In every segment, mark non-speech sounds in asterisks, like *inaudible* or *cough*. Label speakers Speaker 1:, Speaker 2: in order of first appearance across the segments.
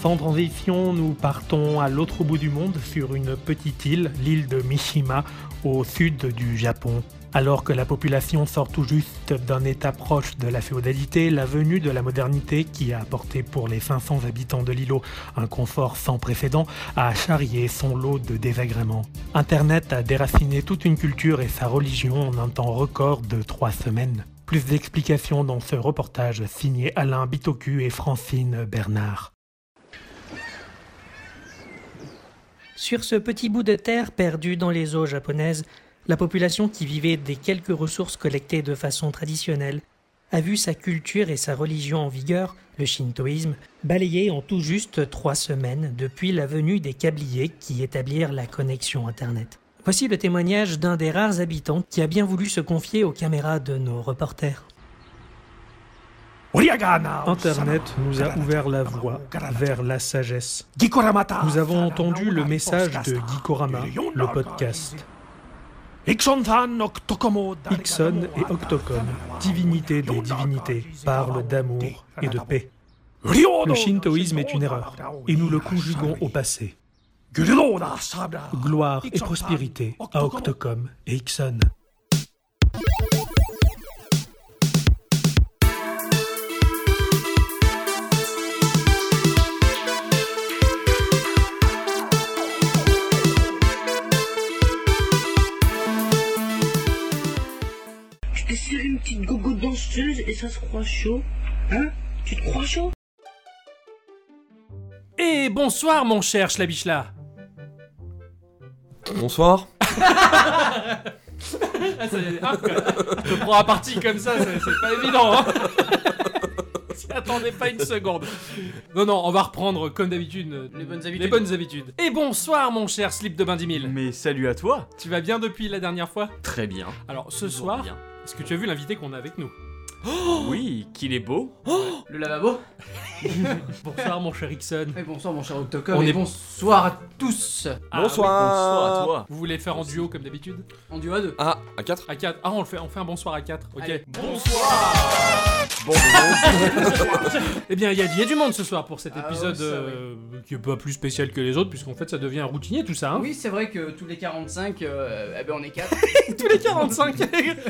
Speaker 1: Sans transition, nous partons à l'autre bout du monde sur une petite île, l'île de Mishima, au sud du Japon. Alors que la population sort tout juste d'un état proche de la féodalité, la venue de la modernité, qui a apporté pour les 500 habitants de l'îlot un confort sans précédent, a charrié son lot de désagréments. Internet a déraciné toute une culture et sa religion en un temps record de trois semaines. Plus d'explications dans ce reportage signé Alain Bitoku et Francine Bernard.
Speaker 2: Sur ce petit bout de terre perdu dans les eaux japonaises, la population qui vivait des quelques ressources collectées de façon traditionnelle a vu sa culture et sa religion en vigueur, le shintoïsme, balayée en tout juste trois semaines depuis la venue des câbliers qui établirent la connexion Internet. Voici le témoignage d'un des rares habitants qui a bien voulu se confier aux caméras de nos reporters.
Speaker 3: Internet nous a ouvert la voie vers la sagesse. Nous avons entendu le message de Gikorama, le podcast. Ixon et Octocon, divinités des divinités, parlent d'amour et de paix. Le shintoïsme est une erreur, et nous le conjuguons au passé. Gloire et prospérité à Octocom et Ixon.
Speaker 4: te serre une petite gogo danseuse et ça se croit chaud. Hein Tu te crois chaud
Speaker 5: Eh bonsoir mon cher Schlabichla
Speaker 6: Bonsoir.
Speaker 5: ah, c'est hop, quoi. Je te prends à partie comme ça, c'est c'est pas évident *laughs* hein S'y Attendez pas une seconde. Non, non, on va reprendre comme d'habitude euh,
Speaker 7: Les bonnes
Speaker 5: les
Speaker 7: habitudes.
Speaker 5: bonnes habitudes. Et bonsoir mon cher Slip de Bain 10 000.
Speaker 7: Mais salut à toi
Speaker 5: Tu vas bien depuis la dernière fois
Speaker 7: Très bien.
Speaker 5: Alors ce soir,
Speaker 7: Bien.
Speaker 5: est-ce que tu as vu l'invité qu'on a avec nous
Speaker 7: Oh. Oui, qu'il est beau.
Speaker 8: Le lavabo
Speaker 5: Bonsoir mon cher Ixon.
Speaker 8: Et bonsoir mon cher Octocom,
Speaker 5: On
Speaker 8: et
Speaker 5: est-
Speaker 8: bonsoir à tous
Speaker 5: Ah,
Speaker 7: Bonsoir à
Speaker 6: Bonsoir.
Speaker 7: toi.
Speaker 5: oui. Vous voulez faire en duo comme d'habitude
Speaker 8: En duo à deux
Speaker 6: Ah, à 4
Speaker 5: À 4. Ah, on, le fait, on fait un bonsoir à 4. Ok.
Speaker 8: Allez.
Speaker 6: Bon, bon,
Speaker 5: Eh bien, il y, a- il y a du monde ce soir pour cet
Speaker 8: Ah ouais,
Speaker 5: épisode
Speaker 8: ça,
Speaker 5: euh, qui est pas plus spécial que les autres, puisqu'en fait, ça devient un routinier tout ça. Hein
Speaker 8: Ah Oui, c'est vrai que tous les 45, euh, eh ben on est 4.
Speaker 5: *laughs* tous les 45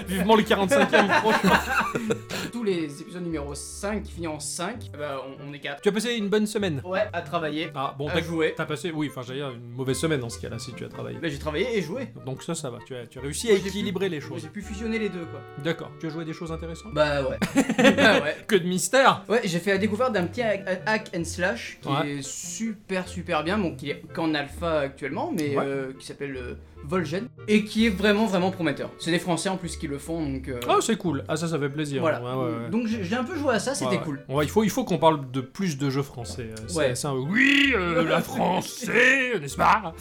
Speaker 5: Vivement le *laughs* 45e prochain.
Speaker 8: *laughs* tous les épisodes numéro 5 qui finissent en 5, eh ben on, on est 4.
Speaker 5: Tu as passé une bonne semaine.
Speaker 8: Ouais, à travailler,
Speaker 5: Ah, bon,
Speaker 8: à
Speaker 5: t'as
Speaker 8: jouer.
Speaker 5: t'as passé, oui, enfin, j'allais dire une mauvaise semaine dans ce cas-là si tu as travaillé.
Speaker 8: Ben j'ai travaillé et joué.
Speaker 5: Donc, ça, ça va. Tu as, tu as réussi à
Speaker 8: Moi, j'ai
Speaker 5: équilibrer
Speaker 8: pu-
Speaker 5: les choses.
Speaker 8: J'ai pu fusionner les deux quoi.
Speaker 5: D'accord. Tu as joué à des choses intéressantes
Speaker 8: Bah ouais. *laughs* bah ouais.
Speaker 5: Que de mystère
Speaker 8: Ouais, j'ai fait la découverte d'un petit hack, hack and slash qui
Speaker 5: Ouais.
Speaker 8: est super super bien, bon qui est qu'en alpha actuellement, mais
Speaker 5: Ouais.
Speaker 8: euh, qui s'appelle euh, Volgen et qui est vraiment vraiment prometteur. C'est des Français en plus qui le font donc. euh,
Speaker 5: Ah, c'est cool. Ah, ça, ça fait plaisir.
Speaker 8: Voilà.
Speaker 5: Ouais, ouais, ouais.
Speaker 8: Donc j'ai j'ai un peu joué à ça, c'était
Speaker 5: Ouais, ouais.
Speaker 8: cool.
Speaker 5: Ouais, il faut, il faut qu'on parle de plus de jeux français. euh, c'est-
Speaker 8: Ouais.
Speaker 5: c'est un- Oui, euh, *laughs* la français, n'est-ce *laughs* pas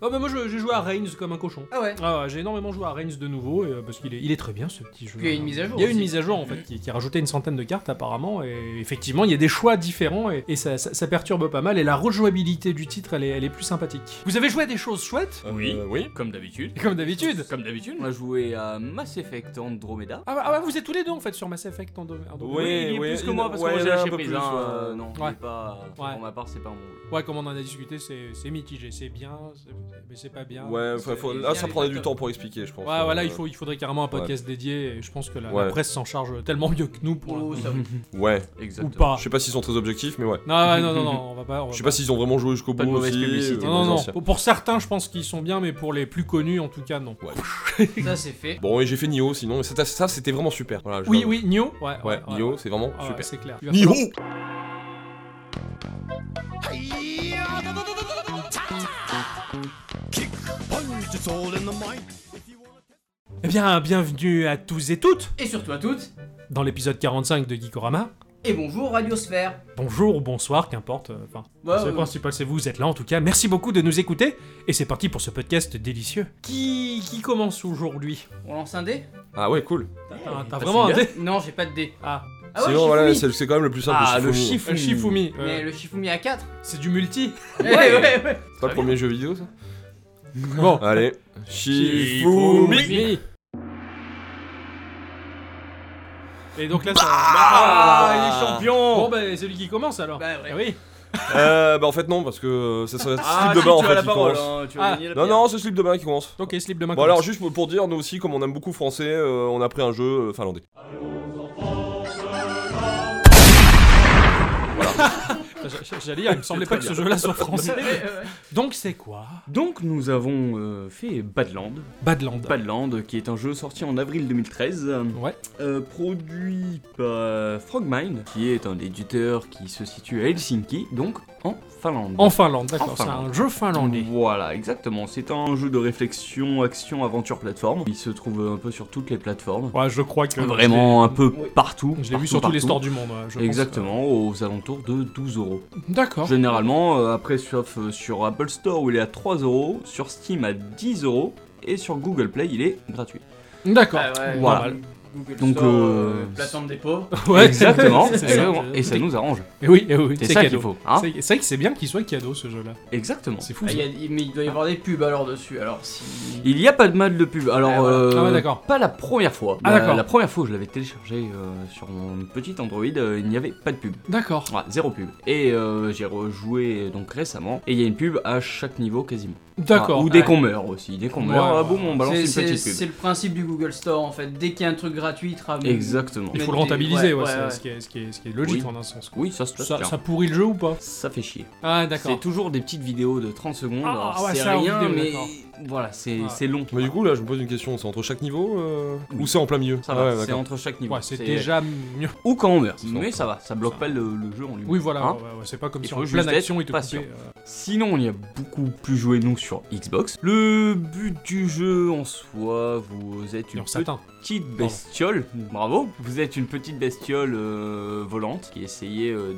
Speaker 5: Oh, bah, moi, je- j'ai joué à Reigns comme un cochon.
Speaker 8: Ah ouais.
Speaker 5: Ah ouais, j'ai énormément joué à Reigns de nouveau et, euh, parce qu'il est, il est très bien ce petit jeu.
Speaker 8: Puis il y a une mise à jour
Speaker 5: Il y a une
Speaker 8: aussi.
Speaker 5: mise à jour en fait qui, qui a rajouté une centaine de cartes apparemment et effectivement il y a des choix différents et, et ça, ça- ça perturbe pas mal et la rejouabilité du titre elle est, elle est plus sympathique. Vous avez joué à des choses chouettes *laughs*
Speaker 6: bon.
Speaker 7: Oui.
Speaker 6: Euh, oui.
Speaker 7: Comme d'habitude.
Speaker 5: comme d'habitude.
Speaker 7: Comme d'habitude. On a joué à Mass Effect Andromeda.
Speaker 5: Ah, bah- ah bah, vous êtes tous les deux en fait sur Mass Effect en deux. en deux-
Speaker 7: il est
Speaker 6: oui,
Speaker 7: plus que
Speaker 6: il-
Speaker 7: moi parce
Speaker 6: ouais,
Speaker 7: que moi j'ai
Speaker 6: il y en a
Speaker 7: lâché
Speaker 6: un peu
Speaker 7: prise.
Speaker 6: plus,
Speaker 7: hein,
Speaker 6: ouais.
Speaker 7: euh, non, il
Speaker 5: Ouais.
Speaker 7: est pas.
Speaker 5: Ouais.
Speaker 7: Pour ma part, c'est pas mon.
Speaker 5: Ouais, comme on en a discuté, c'est c'est mitigé, c'est bien, c'est- mais c'est pas bien.
Speaker 6: Ouais,
Speaker 5: C'est-
Speaker 6: faut- faut-
Speaker 5: il y
Speaker 6: là
Speaker 5: a
Speaker 6: ça
Speaker 5: des
Speaker 6: prendrait du
Speaker 5: facteurs.
Speaker 6: temps pour expliquer, je pense.
Speaker 5: Ouais, voilà, il,
Speaker 6: Euh,
Speaker 5: faut, il faudrait carrément un podcast dédié et je pense que la, la
Speaker 6: Ouais.
Speaker 5: presse s'en charge tellement mieux que nous pour
Speaker 8: Oh,
Speaker 5: l'instant.
Speaker 8: ça va.
Speaker 6: *laughs* Ouais.
Speaker 5: Ou
Speaker 7: Exactement.
Speaker 5: pas.
Speaker 6: Je sais pas s'ils sont très objectifs, mais ouais.
Speaker 5: Non, ouais, non, non, non, on va pas. on va
Speaker 6: Je sais pas s'ils ont vraiment joué jusqu'au
Speaker 7: Pas de
Speaker 6: bout
Speaker 7: mauvaise
Speaker 6: aussi.
Speaker 7: publicité.
Speaker 6: euh,
Speaker 5: Non,
Speaker 6: les
Speaker 5: non,
Speaker 6: anciens.
Speaker 5: non. Pour certains, je pense qu'ils sont bien, mais pour les plus connus, en tout cas, non.
Speaker 8: Ça c'est fait.
Speaker 6: Bon, et j'ai fait Nioh sinon, mais ça, ça, c'était vraiment super. Voilà, je
Speaker 5: Oui,
Speaker 6: l'avoue.
Speaker 5: oui, Nio. Ouais,
Speaker 6: Ouais, Nioh, c'est vraiment
Speaker 5: Ah ouais,
Speaker 6: super.
Speaker 5: c'est clair.
Speaker 6: Nioh
Speaker 5: Eh bien, bienvenue à tous et toutes
Speaker 8: Et surtout à toutes.
Speaker 5: dans l'épisode 45 de Geekorama.
Speaker 8: Et bonjour Radiosphère.
Speaker 5: Bonjour ou bonsoir, qu'importe. euh, Enfin,
Speaker 8: Bah,
Speaker 5: c'est
Speaker 8: euh,
Speaker 5: le principal, c'est vous, vous êtes là en tout cas. Merci beaucoup de nous écouter et c'est parti pour ce podcast délicieux. Qui, qui commence aujourd'hui
Speaker 8: on lance un dé
Speaker 6: Ah ouais, cool.
Speaker 5: T'as t'as
Speaker 7: passé
Speaker 5: vraiment un
Speaker 7: bien.
Speaker 5: dé
Speaker 8: Non, j'ai pas de dé.
Speaker 5: Ah,
Speaker 8: Ah ouais,
Speaker 6: Sinon, voilà,
Speaker 8: Shifumi.
Speaker 6: c'est c'est quand même le plus simple.
Speaker 7: Ah,
Speaker 6: Shifumi.
Speaker 7: le chiffre.
Speaker 5: le Shifumi. euh,
Speaker 8: Mais le Shifumi à 4.
Speaker 5: C'est du multi.
Speaker 8: Ouais, ouais, ouais.
Speaker 6: C'est pas le premier jeu vidéo,
Speaker 7: *laughs*
Speaker 6: ça
Speaker 5: Bon.
Speaker 6: Allez.
Speaker 7: Shifumi.
Speaker 6: Shifumi
Speaker 5: Oui. Et donc là, ça...
Speaker 7: Ah
Speaker 5: il est Ah, champion Bon, bah, celui qui commence alors.
Speaker 8: Bah, ouais.
Speaker 5: Ah oui
Speaker 6: euh, bah en fait non parce que c'est ça,
Speaker 7: Ah,
Speaker 6: slip de
Speaker 7: si,
Speaker 6: bain en
Speaker 7: tu as
Speaker 6: fait
Speaker 7: la
Speaker 6: qui
Speaker 7: parole,
Speaker 6: commence.
Speaker 7: hein, tu as
Speaker 5: Ah,
Speaker 7: gagné la
Speaker 6: Non
Speaker 7: pierre.
Speaker 6: non c'est slip de bain qui commence.
Speaker 5: Ok, slip de main.
Speaker 6: Bon alors juste pour- pour dire nous aussi comme on aime beaucoup français euh, on a pris un jeu euh, finlandais.
Speaker 5: J'allais dire, il me semblait pas que ce jeu-là soit français. Donc c'est quoi
Speaker 7: Donc nous avons euh, fait Badland.
Speaker 5: Badland.
Speaker 7: Badland, qui est un jeu sorti en avril 2013,
Speaker 5: Ouais.
Speaker 7: euh, produit par Frogmind, qui est un éditeur qui se situe à Helsinki, donc en Finlande.
Speaker 5: En Finlande, d'accord.
Speaker 7: En
Speaker 5: C'est
Speaker 7: Finlande.
Speaker 5: un jeu finlandais.
Speaker 7: Voilà, exactement. C'est un jeu de réflexion, action, aventure, plateforme. Il se trouve un peu sur toutes les plateformes.
Speaker 5: Ouais, je crois que.
Speaker 7: Vraiment un peu partout.
Speaker 5: Je l'ai vu
Speaker 7: partout,
Speaker 5: sur tous les
Speaker 7: partout.
Speaker 5: stores du monde. ouais, je pense.
Speaker 7: Exactement, aux alentours de 12 euros.
Speaker 5: D'accord.
Speaker 7: Généralement, euh, après, sauf euh, sur Apple Store où il est à 3 euros, sur Steam à 10 euros, et sur Google Play il est gratuit.
Speaker 5: *laughs* D'accord.
Speaker 7: Voilà.
Speaker 5: Normal.
Speaker 8: Ah Google
Speaker 7: Donc,
Speaker 8: Store,
Speaker 7: euh,
Speaker 8: euh, plateforme
Speaker 7: *laughs*
Speaker 8: des pauvres.
Speaker 5: Ouais,
Speaker 7: Exactement,
Speaker 5: *laughs* c'est ça.
Speaker 7: exactement. et ça nous arrange.
Speaker 5: Et oui, et oui,
Speaker 7: C'est
Speaker 5: c'est
Speaker 7: ça qu'il
Speaker 5: cadeau.
Speaker 7: faut. hein.
Speaker 5: C'est c'est vrai que c'est bien qu'il soit cadeau ce jeu-là.
Speaker 7: exactement.
Speaker 5: C'est fou.
Speaker 8: Ah,
Speaker 5: ça.
Speaker 8: il y a- il- mais il doit y avoir des pubs alors dessus. Alors si.
Speaker 7: Il n'y a pas de mal de pub. Alors,
Speaker 8: Ah, voilà.
Speaker 7: euh,
Speaker 5: Ah ouais, d'accord.
Speaker 7: pas la première fois.
Speaker 5: Ah,
Speaker 7: La-
Speaker 5: d'accord.
Speaker 7: La première fois où je l'avais téléchargé euh, sur mon petit Android, euh, il n'y avait pas de pub.
Speaker 5: D'accord.
Speaker 7: Voilà, Ah, zéro pub. Et euh, j'ai rejoué donc récemment, et il y a une pub à chaque niveau quasiment.
Speaker 5: D'accord.
Speaker 7: Ah, ou dès
Speaker 8: Ouais.
Speaker 7: qu'on meurt aussi. Dès qu'on
Speaker 5: Ouais,
Speaker 7: meurt, ah,
Speaker 5: ouais.
Speaker 7: boum, on balance
Speaker 8: C'est-
Speaker 7: une
Speaker 8: C'est
Speaker 7: petite pub.
Speaker 8: c'est le principe du Google Store en fait. Dès qu'il y a un truc gratuit, il te ramène-
Speaker 7: Exactement.
Speaker 5: Il
Speaker 8: Mais
Speaker 5: faut le
Speaker 8: des-
Speaker 5: rentabiliser,
Speaker 8: ouais,
Speaker 5: ouais, c'est-
Speaker 8: ouais, ouais.
Speaker 5: Ce, qui est, ce qui est- ce qui est logique
Speaker 7: Oui.
Speaker 5: en un sens. quoi.
Speaker 7: Oui, ça se passe
Speaker 5: Ça,
Speaker 7: bien.
Speaker 5: ça pourrit le jeu ou pas
Speaker 7: Ça fait chier.
Speaker 5: Ah,
Speaker 7: C'est toujours des petites vidéos de 30 secondes.
Speaker 5: Ah,
Speaker 7: alors
Speaker 5: ah ouais,
Speaker 7: c'est
Speaker 5: ça, en
Speaker 7: rien,
Speaker 5: vidéo,
Speaker 7: mais
Speaker 5: d'accord.
Speaker 7: voilà, c'est
Speaker 5: Ouais.
Speaker 7: c'est long.
Speaker 6: Mais du coup là je me pose une question c'est entre chaque niveau euh,
Speaker 7: Oui.
Speaker 6: ou c'est en plein milieu
Speaker 7: Ça
Speaker 6: Ah
Speaker 7: va,
Speaker 6: ouais,
Speaker 7: c'est
Speaker 6: d'accord.
Speaker 7: entre chaque niveau.
Speaker 5: Ouais, c'est
Speaker 7: C'est-
Speaker 5: déjà mieux.
Speaker 7: Ou quand on meurt.
Speaker 6: C'est
Speaker 7: Mais
Speaker 6: entre-
Speaker 7: ça va, ça bloque
Speaker 5: ça.
Speaker 7: pas le, le jeu en lui-même.
Speaker 5: Oui, voilà,
Speaker 7: Hein
Speaker 5: ouais, ouais, c'est pas comme
Speaker 7: Il
Speaker 5: si
Speaker 7: faut
Speaker 5: en
Speaker 7: juste
Speaker 5: pleine
Speaker 7: être
Speaker 5: action et te
Speaker 7: patient.
Speaker 5: coupait. euh,
Speaker 7: Sinon, on y a beaucoup plus joué, nous, sur Xbox. Le but du jeu, en soi, vous êtes une
Speaker 5: non, satin.
Speaker 7: petite bestiole. Bravo. Vous êtes une petite bestiole euh, volante qui essayait euh,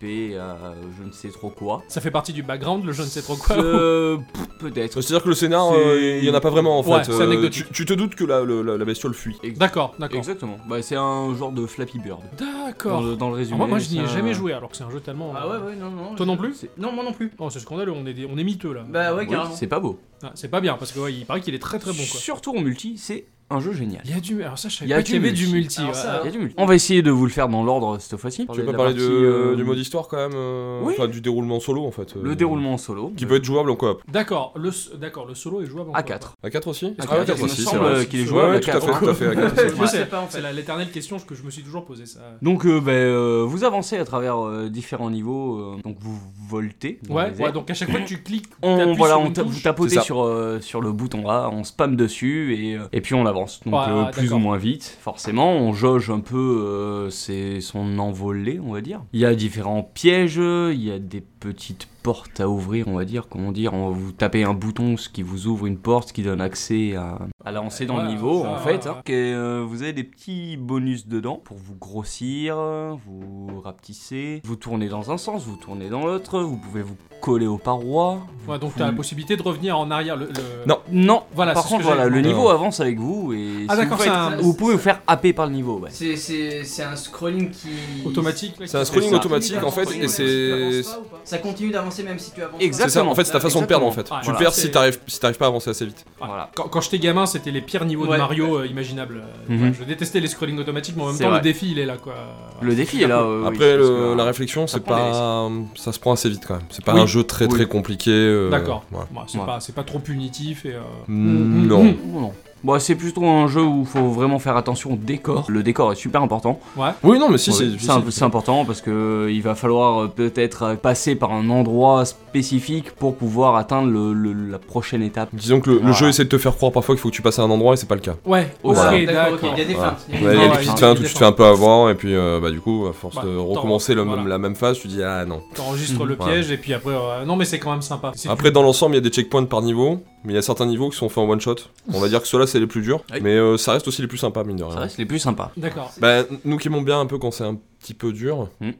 Speaker 7: d'échapper à je ne sais trop quoi.
Speaker 5: Ça fait partie du background, le je ne sais trop quoi. *laughs*
Speaker 7: Euh, pff, Peut-être.
Speaker 6: C'est-à-dire que le scénar
Speaker 7: C'est-
Speaker 6: euh, il y en a pas vraiment en fait.
Speaker 5: Ouais, c'est
Speaker 6: Euh,
Speaker 5: anecdotique.
Speaker 6: tu, tu te doutes que la, le- la- la bestiole fuit.
Speaker 5: D'accord, d'accord.
Speaker 7: Exactement. Bah, c'est un genre de Flappy Bird. Dans
Speaker 5: D'accord.
Speaker 7: le, dans le résumé.
Speaker 5: Alors Moi, moi, je n'y ai
Speaker 7: c'est un-
Speaker 5: jamais joué, alors que c'est un jeu tellement.
Speaker 8: Ah ouais,
Speaker 5: euh,
Speaker 8: ouais, non, non.
Speaker 5: Toi non plus
Speaker 8: c'est- Non, moi non plus.
Speaker 5: Oh, c'est scandaleux, on est, des- on est miteux là.
Speaker 8: Bah ouais,
Speaker 7: Oui,
Speaker 8: carrément.
Speaker 7: c'est pas beau.
Speaker 5: Ah, c'est pas bien, parce que ouais, il paraît qu'il est très très bon quoi.
Speaker 7: Surtout en multi, c'est un jeu génial.
Speaker 5: Il y a du. Alors ça, je
Speaker 7: Il
Speaker 5: savais
Speaker 7: y a
Speaker 5: pas qu'il y
Speaker 7: du
Speaker 5: avait du
Speaker 7: multi.
Speaker 5: multi.
Speaker 8: Alors
Speaker 5: ouais.
Speaker 8: ça,
Speaker 7: Il y a du multi. On va essayer de vous le faire dans l'ordre cette fois-ci.
Speaker 6: Tu veux pas
Speaker 7: la
Speaker 6: parler de,
Speaker 7: partie, euh,
Speaker 6: du mode histoire quand même euh,
Speaker 7: oui.
Speaker 6: Enfin du déroulement solo en fait. euh,
Speaker 7: Le déroulement en solo.
Speaker 6: Qui peut être jouable en coop.
Speaker 5: D'accord, le, s- d'accord, le solo est jouable en
Speaker 7: à
Speaker 5: coop.
Speaker 7: 4.
Speaker 6: À 4 aussi
Speaker 5: Parce
Speaker 6: Ah ouais,
Speaker 5: que-
Speaker 6: 4
Speaker 5: il me
Speaker 6: aussi, c'est
Speaker 5: semble
Speaker 6: vrai.
Speaker 5: qu'il est
Speaker 6: Ouais,
Speaker 5: jouable
Speaker 6: ouais,
Speaker 5: à
Speaker 6: tout à
Speaker 5: quatre,
Speaker 7: hein.
Speaker 6: fait, tout
Speaker 7: *laughs*
Speaker 6: à fait. à quatre aussi.
Speaker 5: Je
Speaker 8: Ouais.
Speaker 5: sais
Speaker 8: C'est pas, en fait.
Speaker 5: c'est la- l'éternelle question que je me suis toujours posée. Ça.
Speaker 7: Donc euh, bah, euh, vous avancez à travers euh, différents niveaux, euh, donc vous voltez. dans
Speaker 5: Ouais,
Speaker 7: les airs.
Speaker 5: ouais, donc à chaque fois que tu cliques,
Speaker 7: on,
Speaker 5: t'appuies
Speaker 7: voilà,
Speaker 5: sur
Speaker 7: on
Speaker 5: une
Speaker 7: ta- vous
Speaker 5: touche.
Speaker 6: C'est
Speaker 7: tapotez
Speaker 6: ça.
Speaker 7: sur, euh, sur le bouton là, on spam dessus et, euh, et puis on avance. Donc
Speaker 5: Ouais,
Speaker 7: euh,
Speaker 5: ouais,
Speaker 7: plus
Speaker 5: d'accord.
Speaker 7: ou moins vite, forcément, on jauge un peu euh, c'est son envolée, on va dire. Il y a différents pièges, il y a des petites portes à ouvrir, on va dire. Comment dire on, Vous tapez un bouton, ce qui vous ouvre une porte, ce qui donne accès à, à lancer dans
Speaker 5: Ouais,
Speaker 7: le niveau,
Speaker 5: ça,
Speaker 7: en
Speaker 5: ouais,
Speaker 7: fait. hein.
Speaker 5: ouais.
Speaker 7: Et, euh, vous avez des petits bonus dedans pour vous grossir, vous rapetissez, vous tournez dans un sens, vous tournez dans l'autre, vous pouvez vous coller aux parois,
Speaker 5: Ouais, donc t'as la
Speaker 7: Vous-
Speaker 5: possibilité de revenir en arrière. Le, le-
Speaker 6: Non.
Speaker 7: non,
Speaker 5: Voilà,
Speaker 7: par
Speaker 5: c'est ce
Speaker 7: contre,
Speaker 5: que
Speaker 7: voilà,
Speaker 5: j'avais
Speaker 7: le
Speaker 5: demandé.
Speaker 7: niveau avance avec vous et
Speaker 5: Ah,
Speaker 7: si
Speaker 5: d'accord,
Speaker 7: vous, faites-
Speaker 5: c'est un-
Speaker 7: vous pouvez vous faire happer par le niveau. ouais.
Speaker 8: C'est- C'est c'est un scrolling qui.
Speaker 5: Automatique. là,
Speaker 6: C'est un
Speaker 5: qui-
Speaker 6: scrolling
Speaker 7: ça.
Speaker 6: automatique en fait
Speaker 8: Oui,
Speaker 6: et
Speaker 8: même si tu
Speaker 6: c'est.
Speaker 8: avances pas ou pas. Ça continue d'avancer même si tu avances.
Speaker 7: Exact.
Speaker 6: C'est ça, en fait, c'est ta façon de perdre en fait.
Speaker 5: Exactement.
Speaker 6: tu
Speaker 5: Voilà.
Speaker 6: perds
Speaker 5: C'est-
Speaker 6: si t'arrives si t'arrives pas à avancer assez vite.
Speaker 7: Voilà.
Speaker 5: Ah, Quand, quand j'étais gamin, c'était les pires niveaux
Speaker 8: Ouais.
Speaker 5: de Mario euh, imaginables. Euh,
Speaker 7: Mhm.
Speaker 5: Je détestais les scrollings automatiques, mais en même
Speaker 7: C'est
Speaker 5: temps,
Speaker 7: vrai.
Speaker 5: le défi, il est là quoi.
Speaker 7: Le défi est là. euh, oui,
Speaker 6: Après,
Speaker 7: parce
Speaker 6: le-
Speaker 7: que,
Speaker 6: la réflexion,
Speaker 7: ça
Speaker 6: c'est
Speaker 7: prend des
Speaker 6: pas. Ça se prend assez vite quand même. C'est pas
Speaker 5: Oui.
Speaker 6: un jeu très
Speaker 7: Oui.
Speaker 6: très compliqué. euh,
Speaker 5: D'accord.
Speaker 6: voilà.
Speaker 5: Ouais, Bah, c'est
Speaker 7: Ouais.
Speaker 5: pas, c'est pas trop punitif et. euh,
Speaker 6: Mm,
Speaker 5: Mm,
Speaker 6: Non.
Speaker 5: mm.
Speaker 7: Bon, non. Bon, c'est plutôt un jeu où il faut vraiment faire attention au décor. Le décor est super important.
Speaker 5: Ouais.
Speaker 6: Oui, non, mais si,
Speaker 7: Ouais,
Speaker 6: c'est.
Speaker 7: c'est un- c'est important parce que il va falloir euh, peut-être euh, passer par un endroit spécifique pour pouvoir atteindre le- le- la prochaine étape.
Speaker 6: Disons que le, le
Speaker 7: Voilà.
Speaker 6: jeu essaie de te faire croire parfois qu'il faut que tu passes à un endroit et c'est pas le cas.
Speaker 5: Ouais.
Speaker 7: Oh,
Speaker 5: Ok,
Speaker 7: voilà.
Speaker 8: D'accord,
Speaker 5: d'accord.
Speaker 8: ok, il y a des
Speaker 7: Voilà.
Speaker 8: feintes. il y a
Speaker 6: Ouais,
Speaker 8: des
Speaker 6: Il y a
Speaker 5: Ouais,
Speaker 6: des
Speaker 8: feintes.
Speaker 5: il y a
Speaker 6: petites feintes où
Speaker 5: des
Speaker 6: tu te fais un peu avoir et puis euh, bah du coup, à force
Speaker 5: Bah,
Speaker 6: de
Speaker 5: t'en-
Speaker 6: recommencer le
Speaker 5: voilà.
Speaker 6: même- la même phase, tu dis ah
Speaker 5: *laughs*
Speaker 6: non.
Speaker 5: T'enregistres le
Speaker 6: Ouais.
Speaker 5: piège et puis après. euh, Non, mais c'est quand même sympa. C'est
Speaker 6: Après, dans l'ensemble, il y a des checkpoints par niveau, mais il y a certains niveaux qui sont faits en one shot. On va dire que ceux-là, c'est les plus durs,
Speaker 7: Oui.
Speaker 6: mais euh, ça reste aussi les plus sympas, mine de rien.
Speaker 7: Ça reste les plus sympas.
Speaker 5: du- D'accord.
Speaker 6: Bah, nous qui aimons bien un peu quand c'est un petit peu dur.
Speaker 7: Hmm.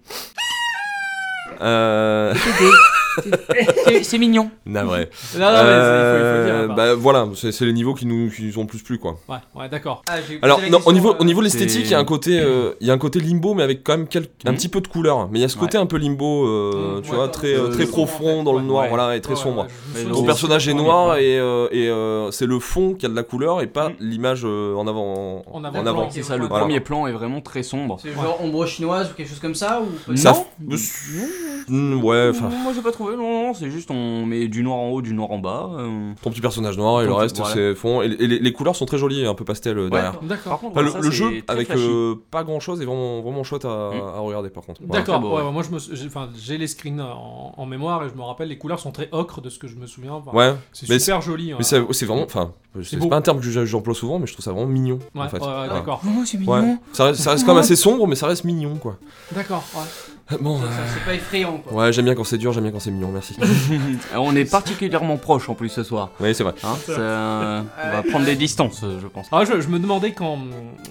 Speaker 6: Euh. *laughs*
Speaker 7: C'est c'est mignon.
Speaker 6: Navré.
Speaker 5: Non, Ah non, mais c'est- il faut- il faut le dire,
Speaker 6: Euh,
Speaker 5: hein,
Speaker 6: bah voilà, c'est c'est les niveaux qui nous, qui nous ont le plus plu quoi.
Speaker 5: Ouais, ouais, d'accord.
Speaker 8: Ah, j'ai-
Speaker 6: Alors
Speaker 8: c'est la
Speaker 6: non, au
Speaker 8: question,
Speaker 6: niveau,
Speaker 8: euh,
Speaker 6: au niveau de l'esthétique, il y a un côté, euh, il y a un côté limbo, mais avec quand même quel- un
Speaker 7: Mhm.
Speaker 6: petit peu de couleur. Mais il y a ce côté un peu limbo, euh,
Speaker 5: Mhm,
Speaker 6: tu
Speaker 8: ouais,
Speaker 6: vois,
Speaker 8: dans-
Speaker 6: très, euh,
Speaker 7: euh,
Speaker 6: très
Speaker 7: sombre,
Speaker 6: profond
Speaker 5: en
Speaker 6: dans
Speaker 5: fait.
Speaker 6: le noir,
Speaker 7: Ouais.
Speaker 6: voilà, et très
Speaker 5: Ouais, ouais,
Speaker 6: sombre.
Speaker 5: ouais, Euh, je me
Speaker 7: Mais
Speaker 5: souviens-
Speaker 6: Ton
Speaker 7: Oh,
Speaker 6: personnage est
Speaker 5: ouais,
Speaker 6: noir
Speaker 5: ouais.
Speaker 6: et, euh, et, euh, c'est le fond qui a de la couleur et pas
Speaker 7: Mhm.
Speaker 6: l'image euh, en avant.
Speaker 5: En avant.
Speaker 8: D'accord,
Speaker 6: en avant.
Speaker 8: ok,
Speaker 7: C'est ça, le
Speaker 8: voilà.
Speaker 7: premier plan est vraiment très sombre.
Speaker 8: C'est genre ombre chinoise ou quelque chose comme ça ou
Speaker 6: Ça
Speaker 7: Non.
Speaker 6: f- Hmm, ouais, enfin,
Speaker 7: Moi j'ai pas trouvé, non, non, c'est juste on met du noir en haut, du noir en bas. euh.
Speaker 6: ton petit personnage noir et
Speaker 7: Ton
Speaker 6: le
Speaker 7: petit-
Speaker 6: reste,
Speaker 7: voilà.
Speaker 6: c'est fond. Et, et les, les couleurs sont très jolies, un peu pastel euh, derrière.
Speaker 7: Par
Speaker 5: D'accord.
Speaker 7: contre,
Speaker 6: Enfin, le,
Speaker 7: ça,
Speaker 6: le
Speaker 7: c'est
Speaker 6: jeu
Speaker 7: très
Speaker 6: avec
Speaker 7: flashy.
Speaker 6: euh, pas grand chose est vraiment, vraiment chouette à,
Speaker 7: Mm.
Speaker 6: à regarder par contre. Voilà.
Speaker 5: D'accord,
Speaker 7: Très beau,
Speaker 5: ouais,
Speaker 7: ouais.
Speaker 5: moi je me sou- j'ai enfin, j'ai les screens euh, en, en mémoire et je me rappelle, les couleurs sont très ocre de ce que je me souviens. Enfin,
Speaker 6: Ouais,
Speaker 5: C'est
Speaker 6: mais
Speaker 5: super joli. hein. ouais.
Speaker 6: mais c'est c'est vraiment. Enfin, c'est
Speaker 5: beau.
Speaker 6: pas un terme que j'a- j'emploie souvent, mais je trouve ça vraiment mignon
Speaker 5: Ouais,
Speaker 6: en fait.
Speaker 5: ouais, ouais,
Speaker 6: Voilà.
Speaker 5: d'accord.
Speaker 8: Oh, c'est
Speaker 6: Ouais.
Speaker 8: mignon.
Speaker 6: Ça reste, ça reste quand même assez sombre, mais ça reste mignon quoi. *laughs*
Speaker 5: D'accord, ouais.
Speaker 6: Bon,
Speaker 8: Ça,
Speaker 6: euh,
Speaker 8: ça, C'est pas effrayant quoi.
Speaker 6: ouais, j'aime bien quand c'est dur, j'aime bien quand c'est mignon,
Speaker 5: *laughs*
Speaker 6: merci.
Speaker 7: Et Euh, on est particulièrement proche en plus ce soir.
Speaker 6: oui, c'est vrai.
Speaker 7: hein.
Speaker 5: *laughs*
Speaker 7: Ça- on va prendre des distances, je pense.
Speaker 5: Ah, je, je me demandais quand,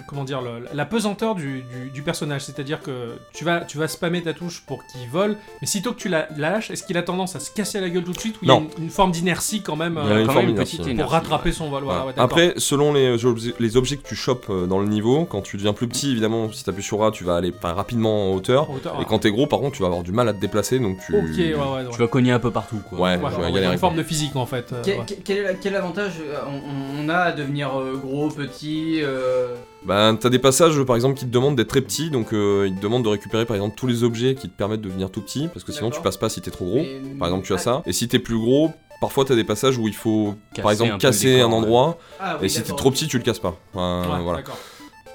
Speaker 5: comment dire, le- la pesanteur du, du- du personnage, c'est-à-dire que tu vas, tu vas spammer ta touche pour qu'il vole, mais sitôt que tu la lâches, est-ce qu'il a tendance à se casser la gueule tout de suite ou il
Speaker 6: Non.
Speaker 5: y a une, une forme d'inertie quand même
Speaker 6: Il y a
Speaker 5: euh,
Speaker 6: une
Speaker 7: Quand
Speaker 6: forme
Speaker 7: même une
Speaker 6: d'inertie,
Speaker 7: petite
Speaker 6: ouais.
Speaker 7: énergie,
Speaker 5: pour rattraper son vol voilà,
Speaker 6: Ouais.
Speaker 5: ouais, d'accord.
Speaker 6: Après, selon les, euh, obje- les objets que tu chopes euh, dans le niveau, quand tu deviens plus petit, évidemment, si t'appuies sur A, tu vas aller enfin, rapidement en hauteur.
Speaker 5: En hauteur,
Speaker 6: Et
Speaker 5: ouais.
Speaker 6: quand t'es gros, par contre, tu vas avoir du mal à te déplacer, donc tu.
Speaker 5: Ok, ouais, ouais,
Speaker 7: ouais.
Speaker 5: donc-
Speaker 7: Tu vas cogner un peu partout, quoi.
Speaker 6: Ouais,
Speaker 5: ouais,
Speaker 6: tu
Speaker 5: ouais,
Speaker 6: vas
Speaker 5: il y a
Speaker 6: galérer.
Speaker 5: une forme de physique en fait. euh,
Speaker 8: Quel,
Speaker 5: ouais.
Speaker 8: quel- quel est la- quel avantage euh, on, on a à devenir euh, gros, petit euh,
Speaker 6: Bah, t'as des passages, par exemple, qui te demandent d'être très petit, donc euh, ils te demandent de récupérer, par exemple, tous les objets qui te permettent de devenir tout petit, parce que sinon tu
Speaker 8: D'accord.
Speaker 6: passes pas si t'es trop gros.
Speaker 8: mais-
Speaker 6: Par exemple, tu as
Speaker 8: Ah,
Speaker 6: ça. Et si t'es plus gros, parfois t'as des passages où il faut,
Speaker 7: Casser
Speaker 6: par
Speaker 7: un
Speaker 6: exemple,
Speaker 7: peu le
Speaker 6: casser
Speaker 7: décor,
Speaker 6: un
Speaker 7: ouais.
Speaker 6: endroit,
Speaker 8: ah
Speaker 6: et
Speaker 8: oui,
Speaker 6: si t'es
Speaker 8: d'accord.
Speaker 6: trop petit, tu le casses pas. Enfin,
Speaker 5: Ouais,
Speaker 6: voilà.
Speaker 5: d'accord.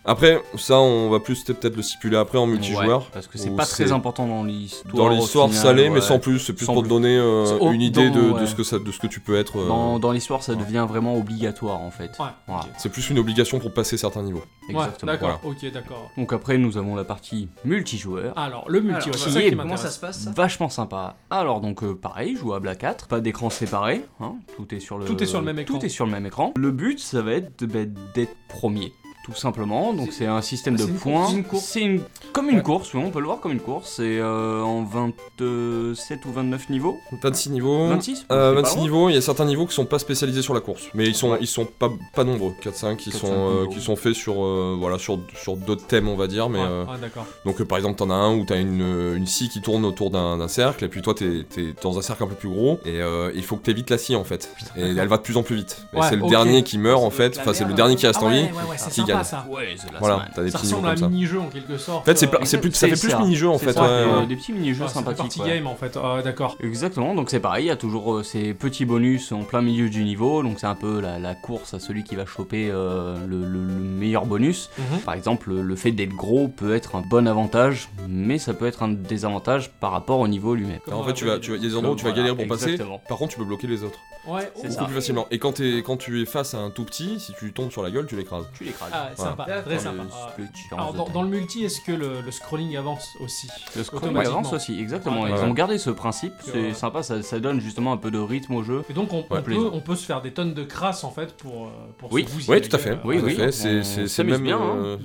Speaker 6: Après, ça, on va plus peut-être le stipuler après en multijoueur.
Speaker 7: Ouais, parce que c'est
Speaker 6: où
Speaker 7: pas très
Speaker 6: c'est-
Speaker 7: important dans l'histoire.
Speaker 6: Dans
Speaker 7: au
Speaker 6: l'histoire
Speaker 7: final,
Speaker 6: salée, mais
Speaker 7: ouais.
Speaker 6: sans plus, c'est plus
Speaker 7: Sans
Speaker 6: pour te
Speaker 7: plus.
Speaker 6: donner euh,
Speaker 7: C'est au-
Speaker 6: une idée
Speaker 7: dans-
Speaker 6: de, de
Speaker 7: ouais.
Speaker 6: ce que ça, de ce que tu peux être. euh,
Speaker 7: Dans, dans l'histoire, ça
Speaker 6: ouais.
Speaker 7: devient vraiment obligatoire en fait.
Speaker 5: Ouais,
Speaker 7: Voilà.
Speaker 5: ok.
Speaker 6: C'est plus une obligation pour passer certains niveaux.
Speaker 5: Ouais,
Speaker 7: Exactement.
Speaker 5: d'accord, ok, d'accord.
Speaker 7: Donc après, nous avons la partie multijoueur.
Speaker 5: Alors, le multi,
Speaker 8: Alors,
Speaker 5: ouais, c'est
Speaker 8: bah,
Speaker 5: ça qui
Speaker 8: comment ça
Speaker 5: m'intéresse.
Speaker 8: se passe ça
Speaker 7: Vachement sympa. Alors donc euh, pareil, jouable à 4, pas d'écran séparé, hein, tout est sur le
Speaker 5: Tout est sur le même écran.
Speaker 7: Tout est sur le même écran. Le but ça va être de- bah, d'être premier, tout simplement. Donc c'est un système
Speaker 8: c'est
Speaker 7: de
Speaker 8: une course,
Speaker 7: points.
Speaker 8: c'est une course.
Speaker 7: C'est une comme une
Speaker 5: Ouais.
Speaker 7: course, oui, on peut le voir comme une course. C'est euh, en 27 ou 29 niveaux,
Speaker 6: 26 niveaux.
Speaker 7: 26.
Speaker 6: Euh,
Speaker 7: C'est pas
Speaker 6: 26
Speaker 7: loin.
Speaker 6: niveaux, il y a certains niveaux qui sont pas spécialisés sur la course, mais ils sont ils sont pas pas nombreux, 4 5 qui
Speaker 7: 4-5
Speaker 6: sont euh,
Speaker 7: niveaux.
Speaker 6: qui sont faits sur euh, voilà sur sur d'autres thèmes on va dire mais
Speaker 5: Ouais,
Speaker 6: euh,
Speaker 5: ouais, d'accord.
Speaker 6: donc euh, par exemple t'en as un où t'as une euh, une scie qui tourne autour d'un d'un cercle et puis toi t'es t'es dans un cercle un peu plus gros et euh, il faut que t'évites la scie en fait et elle va de plus en plus vite et
Speaker 5: Ouais,
Speaker 6: c'est le
Speaker 5: ok.
Speaker 6: dernier qui meurt en
Speaker 8: Ça doit être
Speaker 6: fait
Speaker 8: la
Speaker 6: enfin c'est le
Speaker 8: merde.
Speaker 6: dernier qui reste
Speaker 5: Ah
Speaker 6: en
Speaker 5: ouais,
Speaker 6: vie
Speaker 5: ouais, ouais, c'est
Speaker 6: qui
Speaker 5: sympa
Speaker 6: gagne.
Speaker 5: ça.
Speaker 7: Ah Ouais, c'est la
Speaker 6: voilà
Speaker 7: semaine.
Speaker 6: t'as des
Speaker 5: Ça
Speaker 6: petits niveaux
Speaker 5: ressemble à
Speaker 6: comme ça
Speaker 5: un mini-jeu en quelque sorte.
Speaker 6: en fait c'est
Speaker 5: euh,
Speaker 6: pla- c'est plus ça fait
Speaker 7: C'est
Speaker 6: plus
Speaker 7: ça.
Speaker 6: mini-jeu en
Speaker 5: C'est
Speaker 6: fait
Speaker 5: ça,
Speaker 6: ouais,
Speaker 7: Des-
Speaker 6: ouais.
Speaker 5: euh,
Speaker 7: Des petits mini-jeux
Speaker 5: ouais, c'est des
Speaker 7: sympathiques.
Speaker 5: party
Speaker 7: ouais.
Speaker 5: game en fait, ouais, d'accord.
Speaker 7: Exactement, donc c'est pareil, il y a toujours euh, ces petits bonus en plein milieu du niveau, donc c'est un peu la, la course à celui qui va choper euh, le, le- le meilleur bonus.
Speaker 5: Mhm.
Speaker 7: Par exemple, le- le fait d'être gros peut être un bon avantage, mais ça peut être un désavantage par rapport au niveau lui-même.
Speaker 5: Comme
Speaker 6: en
Speaker 5: dans
Speaker 6: fait
Speaker 5: la
Speaker 6: tu vas
Speaker 5: vraie
Speaker 6: tu vas-
Speaker 5: vie.
Speaker 6: il y a des endroits où tu vas
Speaker 7: Voilà,
Speaker 6: galérer pour passer
Speaker 7: exactement.
Speaker 6: par contre tu peux bloquer les autres
Speaker 5: Ouais,
Speaker 7: C'est
Speaker 5: oh,
Speaker 7: ça.
Speaker 6: beaucoup plus facilement. Et quand, t'es- quand tu es face à un tout petit, si tu tombes sur la gueule, tu l'écrases.
Speaker 7: Tu l'écrases.
Speaker 5: Ah,
Speaker 6: Voilà.
Speaker 5: sympa,
Speaker 8: D'accord.
Speaker 5: très
Speaker 7: Dans
Speaker 5: sympa.
Speaker 7: le
Speaker 5: Ah,
Speaker 7: split challenge
Speaker 5: Alors,
Speaker 7: de
Speaker 5: dans,
Speaker 7: taille.
Speaker 5: dans le multi, est-ce que le, le scrolling avance aussi
Speaker 7: Le scrolling
Speaker 5: automatiquement.
Speaker 7: avance aussi, exactement.
Speaker 5: Ouais.
Speaker 7: Ils
Speaker 6: Ouais.
Speaker 7: ont gardé ce principe, c'est
Speaker 5: Ouais.
Speaker 7: sympa, ça, ça donne justement un peu de rythme au jeu.
Speaker 5: Et donc, on, on peut,
Speaker 7: Ouais, plaisant.
Speaker 5: on peut se faire des tonnes de crasses en fait pour, euh, pour
Speaker 7: Oui.
Speaker 5: se bousiller
Speaker 6: Oui,
Speaker 5: la
Speaker 6: tout à fait.
Speaker 5: gueule.
Speaker 7: Oui,
Speaker 6: tout à
Speaker 7: oui,
Speaker 6: fait.
Speaker 7: on
Speaker 6: C'est- C'est c'est
Speaker 7: s'amuse
Speaker 6: même.
Speaker 7: bien, hein.
Speaker 6: euh,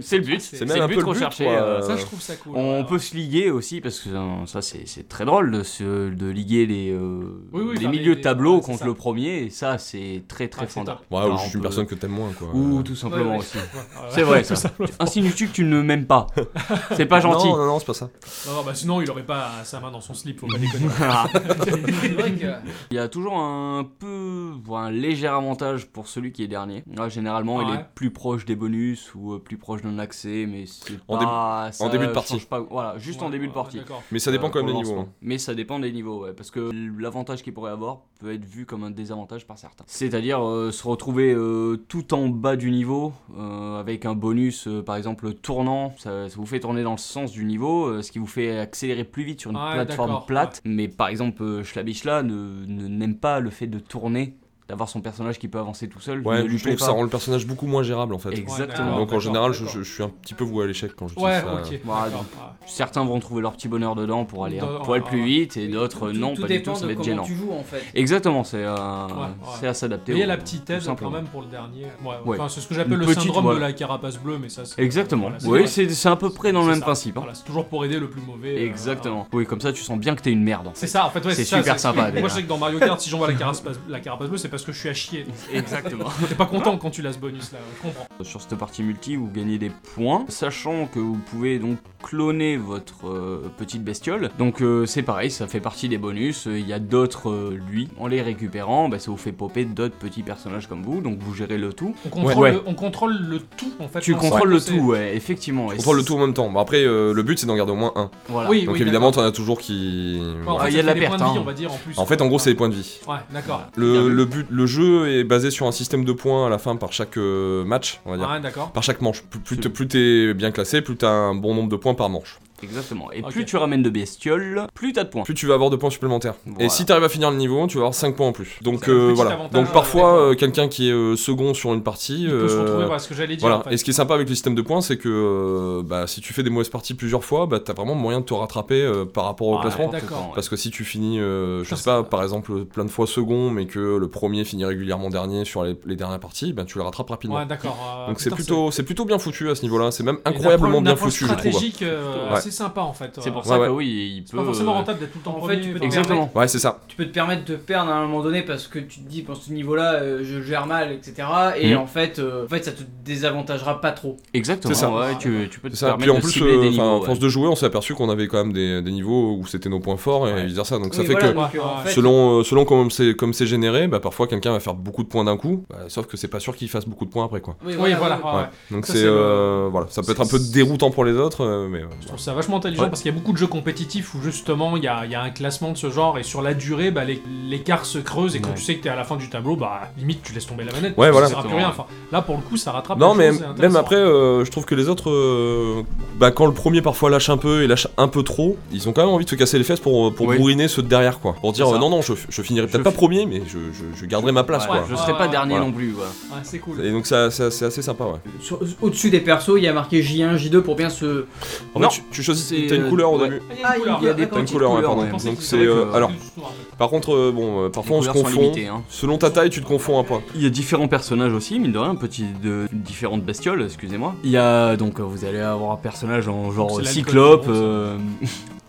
Speaker 7: c'est le but,
Speaker 5: C'est
Speaker 7: c'est
Speaker 6: même
Speaker 7: le
Speaker 6: un
Speaker 7: but
Speaker 6: peu le but,
Speaker 7: recherché.
Speaker 6: quoi.
Speaker 7: euh,
Speaker 5: Ça, je trouve ça cool.
Speaker 7: On
Speaker 5: ouais.
Speaker 7: peut se liguer aussi, parce que euh, ça c'est c'est très drôle de, se, de liguer les, euh,
Speaker 5: Oui, oui,
Speaker 7: les
Speaker 5: enfin,
Speaker 7: milieux
Speaker 5: les-
Speaker 7: de tableau
Speaker 5: ouais, c'est
Speaker 7: contre
Speaker 5: ça.
Speaker 7: le premier, et ça c'est très très
Speaker 5: Ah, c'est
Speaker 7: fondamental.
Speaker 6: Ouais, ou
Speaker 7: Alors,
Speaker 6: je
Speaker 7: on
Speaker 6: suis une
Speaker 7: peut-
Speaker 6: personne que t'aimes moins, quoi.
Speaker 7: Ou tout simplement
Speaker 8: Ouais, ouais.
Speaker 7: aussi.
Speaker 5: Ouais, ouais, ouais.
Speaker 7: C'est vrai
Speaker 5: *laughs*
Speaker 7: ça.
Speaker 5: Tout simplement.
Speaker 7: Insinues-tu que tu ne m'aimes pas
Speaker 5: *laughs*
Speaker 7: C'est pas gentil.
Speaker 6: Non, non, non, c'est pas ça.
Speaker 5: Non, non, bah, sinon, il aurait pas sa main dans son slip, faut
Speaker 6: *laughs*
Speaker 5: pas déconner.
Speaker 8: C'est vrai que-
Speaker 7: Ah. Il y a toujours un peu, voire un léger avantage pour celui qui est dernier. Là, généralement,
Speaker 5: Ah
Speaker 7: il
Speaker 5: ouais.
Speaker 7: est plus proche des bonus ou euh, plus proche d'un accès, mais c'est
Speaker 6: En
Speaker 7: pas ça
Speaker 6: en début de partie.
Speaker 7: change pas- Voilà, juste en
Speaker 5: Ouais,
Speaker 7: début de
Speaker 5: ouais,
Speaker 7: partie.
Speaker 5: D'accord.
Speaker 6: Mais ça dépend
Speaker 7: Euh,
Speaker 6: quand même
Speaker 7: pour
Speaker 6: des
Speaker 7: le
Speaker 6: niveaux. hein.
Speaker 7: lancement. Mais ça dépend des niveaux, ouais, parce que l'avantage qu'il pourrait avoir peut être vu comme un désavantage par certains. C'est-à-dire euh, se retrouver euh, tout en bas du niveau euh, avec un bonus, euh, par exemple tournant, ça, ça vous fait tourner dans le sens du niveau, euh, ce qui vous fait accélérer plus vite sur une
Speaker 5: Ouais,
Speaker 7: plateforme
Speaker 5: d'accord,
Speaker 7: plate. Mais par exemple, euh, Schlabichla ne ne- n'aime pas le fait de tourner, d'avoir son personnage qui peut avancer tout seul. ne
Speaker 6: Ouais,
Speaker 7: lui
Speaker 6: je trouve
Speaker 7: plaît
Speaker 6: que ça
Speaker 7: pas.
Speaker 6: rend le personnage beaucoup moins gérable, en fait.
Speaker 7: Exactement.
Speaker 5: Ouais,
Speaker 6: Donc en
Speaker 5: d'accord,
Speaker 6: général, je,
Speaker 5: d'accord.
Speaker 6: je- je suis un petit peu voué à l'échec quand je dis
Speaker 5: Ouais,
Speaker 6: ça.
Speaker 5: ok.
Speaker 7: Voilà,
Speaker 5: d'accord,
Speaker 7: Certains vont trouver leur petit bonheur dedans pour aller un
Speaker 5: Dans-
Speaker 7: poil
Speaker 5: ah,
Speaker 7: plus vite et d'autres
Speaker 8: Tout-
Speaker 7: non,
Speaker 8: tout
Speaker 7: pas du
Speaker 8: dépend
Speaker 7: tout, ça
Speaker 8: de
Speaker 7: va être
Speaker 8: comment
Speaker 7: gênant.
Speaker 8: tu joues en fait.
Speaker 7: Exactement, c'est euh,
Speaker 5: ouais.
Speaker 7: c'est à s'adapter.
Speaker 5: Mais il y a
Speaker 7: au-
Speaker 5: la petite
Speaker 7: tout
Speaker 5: aide quand
Speaker 7: simplement.
Speaker 5: même pour le dernier. Ouais, ouais.
Speaker 7: Ouais.
Speaker 5: Enfin, c'est ce que j'appelle
Speaker 7: Une
Speaker 5: le
Speaker 7: petite,
Speaker 5: syndrome de
Speaker 7: voilà.
Speaker 5: la carapace bleue, mais ça c'est.
Speaker 7: Exactement.
Speaker 5: Voilà,
Speaker 7: oui,
Speaker 5: vrai.
Speaker 7: c'est c'est à peu près dans le
Speaker 5: C'est
Speaker 7: même
Speaker 5: ça.
Speaker 7: principe. hein.
Speaker 5: Voilà, c'est toujours pour aider le plus mauvais. euh,
Speaker 7: Exactement. Oui, comme ça, tu sens bien que t'es une merde. hein.
Speaker 5: *laughs* C'est ça, en fait, ouais,
Speaker 7: C'est
Speaker 5: ça,
Speaker 7: super
Speaker 5: c'est-
Speaker 7: sympa,
Speaker 5: Moi,
Speaker 7: déjà.
Speaker 5: je sais que dans Mario Kart, si j'envoie la carapace, la carapace bleue, c'est parce parce que je suis à chier.
Speaker 7: Exactement.
Speaker 5: T'es pas content quand tu l'as ce bonus là, je comprends.
Speaker 7: *laughs* Sur cette partie multi, vous gagnez des points, sachant que vous pouvez donc cloner votre euh, petite bestiole. Donc euh, c'est pareil, ça fait partie des bonus. Euh, Il y a d'autres, euh, lui, en les récupérant, bah, ça vous fait popper d'autres petits personnages comme vous, donc vous gérez le tout.
Speaker 5: On contrôle,
Speaker 7: Ouais.
Speaker 5: le, on contrôle le tout en fait.
Speaker 7: Tu
Speaker 5: Non, c'est
Speaker 7: contrôles
Speaker 5: vrai
Speaker 7: le
Speaker 5: que c'est-
Speaker 7: tout, ouais, effectivement. et
Speaker 6: Contrôle le
Speaker 7: c'est-
Speaker 6: tout en même temps. Bon, après, euh, le but c'est d'en garder au moins un.
Speaker 7: Voilà.
Speaker 5: Oui,
Speaker 6: Donc
Speaker 5: oui,
Speaker 6: évidemment,
Speaker 5: d'accord.
Speaker 6: t'en as toujours qui.
Speaker 5: Ouais, en
Speaker 7: Ah,
Speaker 5: fait,
Speaker 7: il y
Speaker 5: ça
Speaker 7: a de la
Speaker 5: fait des points
Speaker 7: perte,
Speaker 5: vie,
Speaker 7: hein.
Speaker 5: on va dire, en plus.
Speaker 6: En fait, en gros, c'est les points de vie.
Speaker 5: Ouais, d'accord.
Speaker 6: Le, le but, le jeu est basé sur un système de points à la fin par chaque euh, match, on va dire.
Speaker 5: Ouais, d'accord.
Speaker 6: Par chaque manche. Plus, plus t'es- plus t'es bien classé, plus t'as un bon nombre de points par manche.
Speaker 7: Exactement. Et
Speaker 5: Ok.
Speaker 7: plus tu ramènes de bestioles, plus t'as de points.
Speaker 6: Plus tu vas avoir de points supplémentaires. Et
Speaker 7: Voilà.
Speaker 6: si t'arrives à finir le niveau, tu vas avoir 5 points en plus. Donc
Speaker 5: C'est un
Speaker 6: euh,
Speaker 5: petit
Speaker 6: voilà.
Speaker 5: avantage,
Speaker 6: Donc parfois,
Speaker 5: euh,
Speaker 6: euh, quelqu'un qui est euh, second sur une partie.
Speaker 5: Il peut se
Speaker 6: euh,
Speaker 5: retrouver, voilà ce que j'allais dire.
Speaker 6: Voilà,
Speaker 5: en fait.
Speaker 6: et ce qui est sympa avec le système de points, c'est que euh, bah, si tu fais des mauvaises parties plusieurs fois, bah, t'as vraiment moyen de te rattraper euh, par rapport au
Speaker 7: Ouais,
Speaker 6: classement.
Speaker 7: n'importe
Speaker 5: Ah, d'accord.
Speaker 7: quand, ouais.
Speaker 6: Parce que si tu finis, euh, je
Speaker 5: Ça,
Speaker 6: sais pas, par exemple, plein de fois second, mais que le premier finit régulièrement dernier sur les, les dernières parties, ben, tu le rattrapes rapidement.
Speaker 5: Ouais, d'accord. euh,
Speaker 6: Donc c'est
Speaker 5: putain,
Speaker 6: plutôt, c'est plutôt bien foutu à ce niveau-là, c'est même
Speaker 5: une
Speaker 6: incroyablement
Speaker 5: appro-
Speaker 6: bien
Speaker 5: une approche
Speaker 6: foutu, je trouve.
Speaker 5: stratégique, euh,
Speaker 6: Ouais.
Speaker 5: assez sympa en fait.
Speaker 7: C'est pour
Speaker 5: Euh,
Speaker 7: ça
Speaker 6: Ouais,
Speaker 7: que oui, il
Speaker 5: C'est
Speaker 7: peut.
Speaker 5: pas forcément
Speaker 7: euh,
Speaker 5: rentable d'être tout le temps
Speaker 8: en
Speaker 5: premier,
Speaker 8: fait, tu peux
Speaker 5: tout le temps
Speaker 7: Exactement.
Speaker 5: premier.
Speaker 6: Ouais, c'est ça.
Speaker 8: Tu peux te permettre de perdre à un moment donné parce que tu te dis, dans ce niveau-là, euh, je gère mal, etc. Et
Speaker 7: Mhm.
Speaker 8: en, fait, euh, en fait, ça te désavantagera pas trop.
Speaker 7: Exactement.
Speaker 6: C'est ça.
Speaker 7: ouais, tu, tu peux te
Speaker 6: C'est ça.
Speaker 7: permettre
Speaker 6: Puis en
Speaker 7: de
Speaker 6: plus,
Speaker 7: cibler
Speaker 6: euh,
Speaker 7: des
Speaker 6: enfin,
Speaker 7: niveaux.
Speaker 6: à
Speaker 7: ouais.
Speaker 6: force de jouer, on s'est aperçu qu'on avait quand même des, des niveaux où c'était nos points forts et
Speaker 7: Ouais.
Speaker 6: vice-versa. Donc ça
Speaker 8: Oui,
Speaker 6: fait
Speaker 8: voilà,
Speaker 6: que
Speaker 8: donc, euh, en
Speaker 5: Ouais.
Speaker 8: fait,
Speaker 6: Selon, euh, selon comment c'est, comme c'est généré, bah parfois quelqu'un va faire beaucoup de points d'un coup, bah, sauf que c'est pas sûr qu'il fasse beaucoup de points après quoi.
Speaker 8: Oui,
Speaker 5: Oui, voilà.
Speaker 7: Ah
Speaker 5: ouais,
Speaker 6: Ouais.
Speaker 5: ouais.
Speaker 6: Donc
Speaker 5: Ça,
Speaker 6: c'est
Speaker 5: c'est le-
Speaker 6: euh, voilà, ça peut être un peu
Speaker 5: c'est-
Speaker 6: déroutant pour les autres, euh, mais euh,
Speaker 5: Je trouve ça vachement intelligent
Speaker 7: Ouais.
Speaker 5: parce qu'il y a beaucoup de jeux compétitifs où justement il y a, il y a un classement de ce genre et sur la durée bah, les- l'écart se creuse et quand
Speaker 7: Ouais.
Speaker 5: tu sais que t'es à la fin du tableau bah limite tu laisses tomber la manette parce
Speaker 6: Ouais,
Speaker 5: que
Speaker 6: voilà.
Speaker 5: ça sert à plus
Speaker 7: Exactement,
Speaker 5: rien. Enfin, là pour le coup ça rattrape
Speaker 6: non,
Speaker 5: les
Speaker 6: mais
Speaker 5: choses, c'est
Speaker 6: même
Speaker 5: intéressant.
Speaker 6: après, euh, je trouve que les autres, euh, bah, quand le premier parfois lâche un peu et lâche un peu trop, ils ont quand même envie de se casser les fesses pour, pour
Speaker 7: Oui.
Speaker 6: bourriner ceux de derrière, quoi. Pour dire
Speaker 7: C'est ça.
Speaker 6: euh, non, non, je, je finirai
Speaker 7: Je
Speaker 6: peut-être pas
Speaker 7: fi-
Speaker 6: premier, mais je, je- je garderai ma place,
Speaker 7: Ouais,
Speaker 6: quoi.
Speaker 7: Je serai pas
Speaker 5: Ouais,
Speaker 7: dernier
Speaker 6: ouais.
Speaker 7: non plus. ouais.
Speaker 5: Ouais, c'est cool.
Speaker 6: Et donc ça, ça- c'est assez sympa, ouais.
Speaker 8: sur- Au-dessus des persos, il y a marqué J1, J2 pour bien se.
Speaker 6: En
Speaker 7: Non.
Speaker 6: fait, tu, tu choisis,
Speaker 7: C'est,
Speaker 6: t'as une
Speaker 7: euh,
Speaker 6: couleur au
Speaker 7: ouais.
Speaker 6: début.
Speaker 5: Ah, il y a
Speaker 8: Ah,
Speaker 5: une
Speaker 8: il
Speaker 5: couleur.
Speaker 7: y a des
Speaker 6: T'as une
Speaker 7: petites
Speaker 6: couleur, ouais,
Speaker 7: couleurs,
Speaker 6: pardon.
Speaker 7: ouais.
Speaker 5: Pensez
Speaker 6: Donc
Speaker 5: que
Speaker 6: c'est,
Speaker 5: c'était-
Speaker 6: euh,
Speaker 7: que-
Speaker 6: alors,
Speaker 5: Juste noir, en fait.
Speaker 6: par contre, euh, bon, euh,
Speaker 7: Les
Speaker 6: parfois on se
Speaker 7: couleurs sont
Speaker 6: confond.
Speaker 7: limitées, hein.
Speaker 6: Selon ta taille, tu te confonds un point.
Speaker 7: Il y a différents personnages aussi, mine de rien, petit de différentes bestioles, excusez-moi. Il y a donc euh, vous allez avoir un personnage en genre
Speaker 5: C'est l'alcool,
Speaker 7: cyclope,
Speaker 5: c'est bon, ça.
Speaker 6: *laughs*
Speaker 7: euh,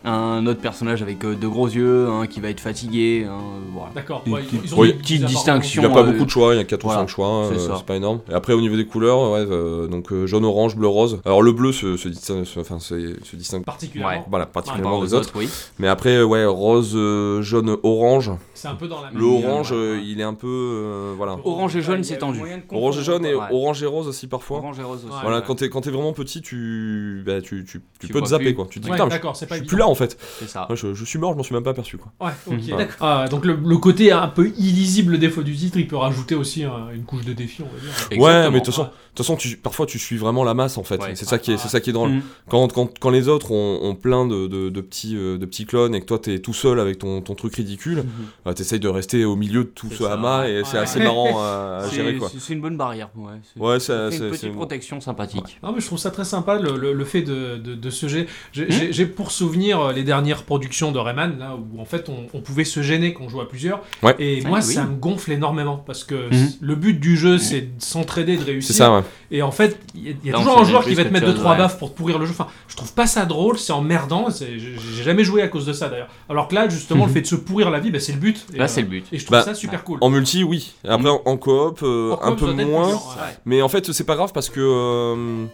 Speaker 7: un autre personnage avec euh, de gros yeux, un qui va être fatigué, un- voilà.
Speaker 5: D'accord.
Speaker 7: Des
Speaker 5: ouais,
Speaker 7: petites-
Speaker 5: ils ont
Speaker 7: oui,
Speaker 5: des
Speaker 7: petites
Speaker 5: apparences.
Speaker 7: distinctions.
Speaker 6: Il n'y a pas
Speaker 7: euh,
Speaker 6: beaucoup de choix, il y a 4
Speaker 7: voilà,
Speaker 6: ou 5 choix, euh,
Speaker 7: c'est ça.
Speaker 6: c'est pas énorme. Et après, au niveau des couleurs, ouais, euh, donc euh, jaune, orange, bleu, rose. Alors le bleu se, se, distin- se- enfin, se- se distingue
Speaker 5: Particulièrement.
Speaker 6: voilà,
Speaker 7: par
Speaker 6: particulièrement
Speaker 7: rapport
Speaker 6: des
Speaker 7: aux
Speaker 6: autres.
Speaker 7: autres, oui.
Speaker 6: Mais après, euh, ouais, rose, euh, jaune, orange.
Speaker 5: C'est un peu dans la
Speaker 6: Le
Speaker 5: même ligne,
Speaker 6: orange,
Speaker 5: Mmh. ouais.
Speaker 6: euh, il est un peu. euh, voilà.
Speaker 7: Orange et jaune, c'est tendu.
Speaker 6: Orange et jaune et
Speaker 7: Ouais.
Speaker 6: orange et rose aussi parfois.
Speaker 7: Orange et rose aussi.
Speaker 5: Ouais.
Speaker 6: Voilà,
Speaker 7: ouais.
Speaker 6: quand t'es quand t'es vraiment petit, tu, bah, tu, tu, tu
Speaker 7: Tu
Speaker 6: peux te
Speaker 7: vois
Speaker 6: zapper
Speaker 7: plus.
Speaker 6: quoi. Tu te dis
Speaker 5: Ouais,
Speaker 6: putain, mais je-
Speaker 5: d'accord, c'est
Speaker 6: je
Speaker 5: pas
Speaker 6: suis
Speaker 5: évident.
Speaker 6: plus Hmm. là en fait.
Speaker 7: c'est ça.
Speaker 6: Ouais, je, je suis mort, je m'en suis même pas aperçu quoi.
Speaker 5: Ouais, ok.
Speaker 7: Mhm.
Speaker 5: D'accord. Ah, donc le, le côté un peu illisible défaut du titre, il peut rajouter aussi euh, une couche de défi, on va dire.
Speaker 6: Ouais,
Speaker 7: Exactement.
Speaker 6: mais de toute façon, de toute façon, tu, parfois tu suis vraiment la masse en fait.
Speaker 7: Ouais.
Speaker 6: C'est ça qui est, c'est ça qui est drôle.
Speaker 7: Mhm.
Speaker 6: Quand, quand, quand les autres ont, ont plein de, de, de petits, euh, de petits clones et que toi t'es tout seul avec ton, ton truc ridicule, bah, t'essayes de rester au milieu de tout
Speaker 7: C'est
Speaker 6: ce
Speaker 7: ça.
Speaker 6: amas et c'est
Speaker 5: Ouais.
Speaker 6: assez marrant
Speaker 7: *laughs*
Speaker 6: à, à
Speaker 7: C'est-
Speaker 6: gérer quoi.
Speaker 7: c'est- C'est une bonne barrière, ouais. Euh, C'est
Speaker 6: Ouais,
Speaker 7: ça fait
Speaker 6: ça- c'est
Speaker 7: une
Speaker 6: c'est-
Speaker 7: petite protection sympathique.
Speaker 5: Non mais je trouve ça très sympa le, le- le fait de, de- de ce jet. J'ai-
Speaker 6: Hmm.
Speaker 5: J'ai j'ai pour souvenir euh, les dernières productions de Rayman là où en fait on, on pouvait se gêner quand on jouait à plusieurs.
Speaker 6: Ouais. Hmm.
Speaker 5: Et
Speaker 7: Ah,
Speaker 5: moi
Speaker 7: oui.
Speaker 5: ça me gonfle énormément parce que
Speaker 7: Mhm.
Speaker 5: c- le but du jeu c'est de s'entraider, de réussir.
Speaker 6: C'est ça, ouais.
Speaker 5: Et en fait il y a, il y a
Speaker 7: Là, on
Speaker 5: toujours
Speaker 7: sait
Speaker 5: un joueur
Speaker 7: déjà
Speaker 5: qui va te
Speaker 7: plus que
Speaker 5: mettre
Speaker 7: tu
Speaker 5: deux
Speaker 7: as-
Speaker 5: trois
Speaker 7: ouais.
Speaker 5: baffes pour te pourrir le jeu. Enfin je trouve pas ça drôle, c'est emmerdant. c'est- J'ai j'ai jamais joué à cause de ça d'ailleurs. Alors que là justement le fait de se pourrir la vie, bah, c'est le but. Et,
Speaker 7: Là,
Speaker 5: euh,
Speaker 7: c'est le but.
Speaker 5: et je trouve
Speaker 6: Hmm. Bah,
Speaker 5: ça super cool.
Speaker 6: En multi, oui. Après, en, en coop, euh,
Speaker 5: Pourquoi
Speaker 6: un peu
Speaker 5: vous en êtes
Speaker 6: moins.
Speaker 5: plusieurs Ouais.
Speaker 6: Mais en fait, c'est pas grave parce que euh,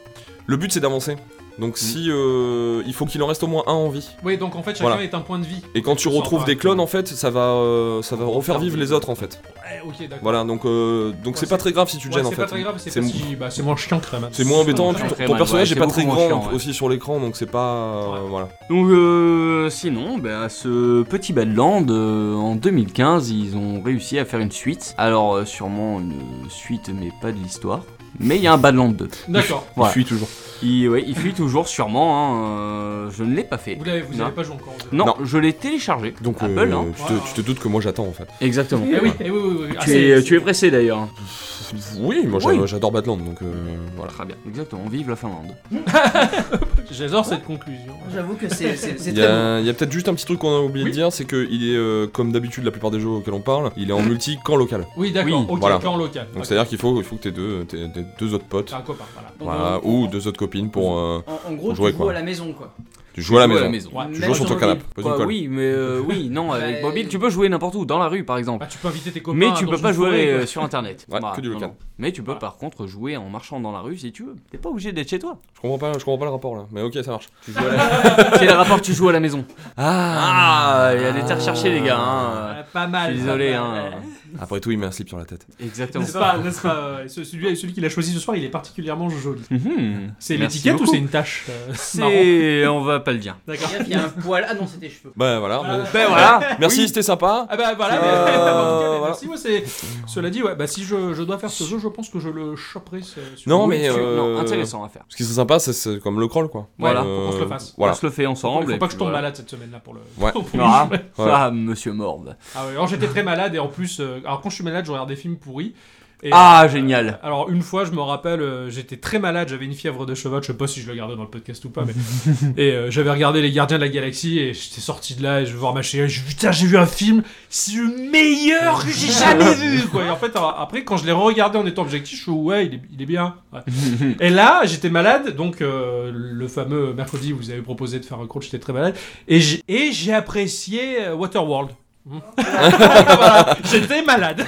Speaker 6: le but c'est d'avancer. Donc si euh, il faut qu'il en reste au moins un en vie.
Speaker 5: Oui donc en fait chacun
Speaker 6: Voilà.
Speaker 5: est un point de vie.
Speaker 6: Et quand tu
Speaker 5: Ça,
Speaker 6: retrouves
Speaker 5: ouais.
Speaker 6: des clones en fait, ça va, euh, ça va refaire vivre les autres en fait.
Speaker 5: Ouais, ok d'accord.
Speaker 6: Voilà, donc euh, donc
Speaker 5: Ouais,
Speaker 6: c'est pas
Speaker 5: c'est-
Speaker 6: très grave si tu te
Speaker 5: Ouais,
Speaker 6: gênes en
Speaker 5: c'est pas
Speaker 6: fait.
Speaker 5: très grave, c'est
Speaker 6: C'est
Speaker 5: pas
Speaker 6: mou-
Speaker 5: si- bah, c'est moins chiant que Rayman.
Speaker 6: C'est moins embêtant.
Speaker 7: Ouais,
Speaker 6: puis ton-
Speaker 7: très
Speaker 6: ton
Speaker 7: mal,
Speaker 6: personnage
Speaker 7: ouais,
Speaker 6: est
Speaker 7: c'est
Speaker 6: pas très
Speaker 7: beaucoup
Speaker 6: grand
Speaker 7: moins chiant, ouais.
Speaker 6: aussi sur l'écran, donc c'est pas. euh,
Speaker 5: Ouais.
Speaker 6: Voilà.
Speaker 7: Donc euh, sinon, bah, ce petit Badland, euh, en 2015, ils ont réussi à faire une suite. Alors euh, sûrement une suite, mais pas de l'histoire. Mais il y a un Badland 2.
Speaker 5: D'accord.
Speaker 7: Voilà.
Speaker 6: fuit toujours.
Speaker 7: Il, ouais, il fuit toujours sûrement, hein, euh, je ne l'ai pas fait.
Speaker 5: Vous l'avez, vous
Speaker 7: Non.
Speaker 5: avez pas joué encore. vous avez-
Speaker 7: Non,
Speaker 6: Non.
Speaker 7: je l'ai téléchargé.
Speaker 6: Donc euh,
Speaker 7: Apple, hein.
Speaker 6: tu, te, tu te doutes que moi j'attends en fait.
Speaker 7: Exactement.
Speaker 5: Eh oui, eh oui, oui, oui. Ah,
Speaker 7: Tu
Speaker 5: c'est-
Speaker 7: es,
Speaker 5: c'est-
Speaker 7: tu es pressé d'ailleurs.
Speaker 6: Oui, moi j'a-
Speaker 7: Oui.
Speaker 6: j'adore Batland, donc euh, voilà.
Speaker 7: Très bien. Exactement, vive la Finlande.
Speaker 5: J'adore cette conclusion.
Speaker 8: J'avoue que c'est c'est- c'est
Speaker 6: *laughs* Il y
Speaker 8: très bon.
Speaker 6: a, il y a peut-être juste un petit truc qu'on a oublié de dire, c'est que il est euh, comme d'habitude la plupart des jeux auxquels on parle, il est en multi qu'en local.
Speaker 5: Oui, d'accord.
Speaker 7: Oui,
Speaker 5: ok,
Speaker 6: voilà.
Speaker 5: clan local.
Speaker 6: Donc
Speaker 5: Ok.
Speaker 6: c'est-à-dire qu'il faut, il faut que t'aies deux, t'aies- t'aies deux autres potes,
Speaker 5: C'est un copain, voilà.
Speaker 8: Donc,
Speaker 6: voilà,
Speaker 8: on-
Speaker 6: ou deux autres copines pour. euh,
Speaker 8: En, en gros,
Speaker 6: Pour jouer,
Speaker 8: tu
Speaker 6: quoi.
Speaker 8: joues à la maison quoi.
Speaker 6: Tu joues à la
Speaker 7: Jouer
Speaker 6: maison.
Speaker 5: Ouais,
Speaker 6: Tu
Speaker 8: Même
Speaker 6: joues sur ton
Speaker 8: sur
Speaker 6: canapé.
Speaker 7: Bah
Speaker 6: Vas-y, colle.
Speaker 7: oui, mais euh, oui, non, avec
Speaker 8: Ouais.
Speaker 7: mobile, tu peux jouer n'importe où, dans la rue par exemple.
Speaker 5: Bah, tu peux inviter tes copains.
Speaker 7: Mais tu
Speaker 5: dans
Speaker 7: peux
Speaker 5: une
Speaker 7: pas jouer
Speaker 5: soirée,
Speaker 7: euh,
Speaker 5: quoi.
Speaker 7: sur internet.
Speaker 6: Ouais, que du local.
Speaker 7: Mais tu peux
Speaker 5: Voilà.
Speaker 7: par contre jouer en marchant dans la rue si tu veux. T'es pas obligé d'être
Speaker 5: *laughs*
Speaker 7: chez toi.
Speaker 6: Je comprends pas, je comprends pas le rapport là. Mais ok, ça marche. Tu joues à la-
Speaker 7: Quel rapport tu joues à la maison Ah, il y a des terres cherchées les gars. hein.
Speaker 5: Ah, Pas
Speaker 7: Je
Speaker 5: mal.
Speaker 7: suis
Speaker 5: pas
Speaker 7: désolé.
Speaker 5: mal.
Speaker 7: hein.
Speaker 6: Après tout, il met un slip sur la tête.
Speaker 7: Exactement.
Speaker 5: N'est-ce pas, n'est-ce pas ouais. Ce- Celui, celui qu'il a choisi ce soir, il est particulièrement joli.
Speaker 7: Mhm.
Speaker 5: C'est
Speaker 7: Merci
Speaker 5: l'étiquette ou
Speaker 7: beaucoup.
Speaker 5: c'est une tâche *laughs* euh, marrant
Speaker 7: C'est. On va pas le dire.
Speaker 5: D'accord.
Speaker 8: Il y a un poil. Ah non, c'est tes cheveux.
Speaker 6: Bah voilà.
Speaker 5: Euh,
Speaker 6: mais-
Speaker 7: Ben voilà
Speaker 6: Merci,
Speaker 7: Oui.
Speaker 6: c'était sympa.
Speaker 5: Ah bah voilà. mais- *laughs* en
Speaker 6: Euh,
Speaker 5: tout cas, mais
Speaker 6: voilà.
Speaker 5: Merci, ouais, c'est- Cela dit, ouais, bah, si je, je dois faire ce jeu, je pense que je le choperai. ce- sur-
Speaker 6: Non,
Speaker 7: Oui,
Speaker 6: mais,
Speaker 7: tu-
Speaker 6: euh,
Speaker 7: non, intéressant à faire.
Speaker 6: Ce qui serait sympa, c'est- c'est comme le crawl quoi. Euh,
Speaker 7: Voilà.
Speaker 5: Faut qu'on se le fasse.
Speaker 6: Voilà.
Speaker 7: On se le fait
Speaker 5: Faut pas-
Speaker 7: ensemble.
Speaker 5: faut
Speaker 7: et
Speaker 5: pas que
Speaker 7: puis
Speaker 5: je tombe
Speaker 7: voilà.
Speaker 5: malade cette semaine là pour le. *laughs*
Speaker 6: Ouais.
Speaker 5: pour le
Speaker 7: Ah,
Speaker 5: jeu.
Speaker 7: ah, monsieur Morbe.
Speaker 5: Ah ouais, alors j'étais très malade et en plus, euh, alors quand je suis malade, je regarde des films pourris. Et,
Speaker 7: Ah,
Speaker 5: euh,
Speaker 7: génial.
Speaker 5: Alors une fois, je me rappelle, euh, j'étais très malade, j'avais une fièvre de cheval, je sais pas si je le gardais dans le podcast ou pas, mais et euh, j'avais regardé Les Gardiens de la Galaxie et j'étais sorti de là et je vais voir ma chérie, je putain j'ai vu un film, c'est le meilleur que j'ai jamais vu quoi. Et en fait alors, après quand je l'ai regardé en étant objectif, je suis ouais il est, il est bien. Ouais. et là j'étais malade, donc euh, le fameux mercredi où vous avez proposé de faire un crawl, j'étais très malade et j'ai et j'ai apprécié euh, Waterworld. Hmm. Voilà, j'étais malade.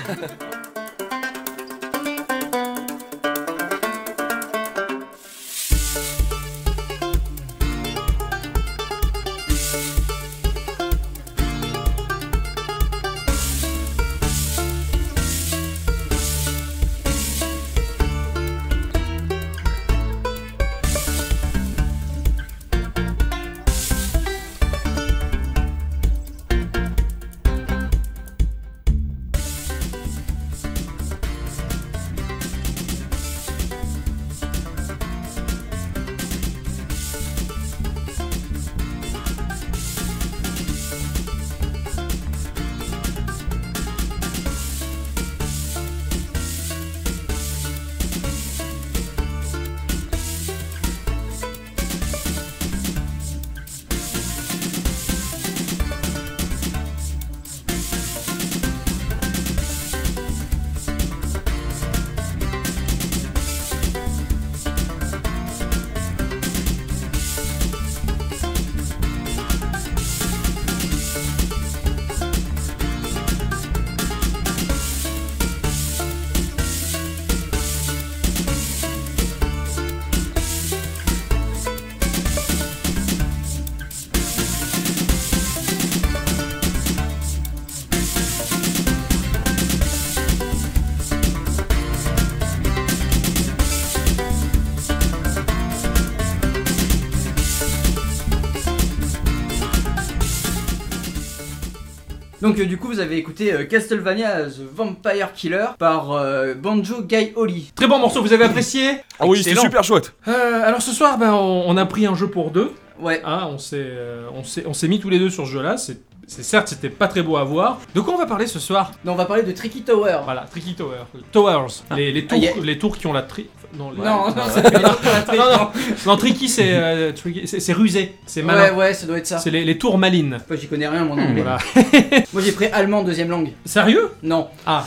Speaker 8: Donc euh, du coup vous avez écouté euh, Castlevania The Vampire Killer par euh, Banjo Guy Holly.
Speaker 5: Très bon morceau, vous avez apprécié
Speaker 6: Ah oui, c'était
Speaker 5: Excellent.
Speaker 6: super chouette.
Speaker 5: Euh, alors ce soir, ben, on, on a pris un jeu pour deux.
Speaker 8: Ouais.
Speaker 5: hein, on s'est, euh, on s'est, on s'est mis tous les deux sur ce jeu-là. C'est, c'est- certes, c'était pas très beau à voir. De quoi on va parler ce soir
Speaker 8: Non, on va parler de Tricky Tower.
Speaker 5: Voilà, Tricky Tower, Towers, les, les tours,
Speaker 8: Ah, y a-
Speaker 5: les tours qui ont la tri. Non, les-
Speaker 8: Non, non, c'est pas la tri-
Speaker 5: non, non, *laughs* non, Tricky, c'est, euh, tricky, c'est, c'est rusé, c'est malin,
Speaker 8: Ouais, ouais, ça doit être ça.
Speaker 5: c'est les, les tours malines.
Speaker 8: Moi j'y connais rien moi, en anglais.
Speaker 5: Voilà.
Speaker 8: *laughs* Moi j'ai pris allemand deuxième langue.
Speaker 5: Sérieux
Speaker 8: Non.
Speaker 5: Ah,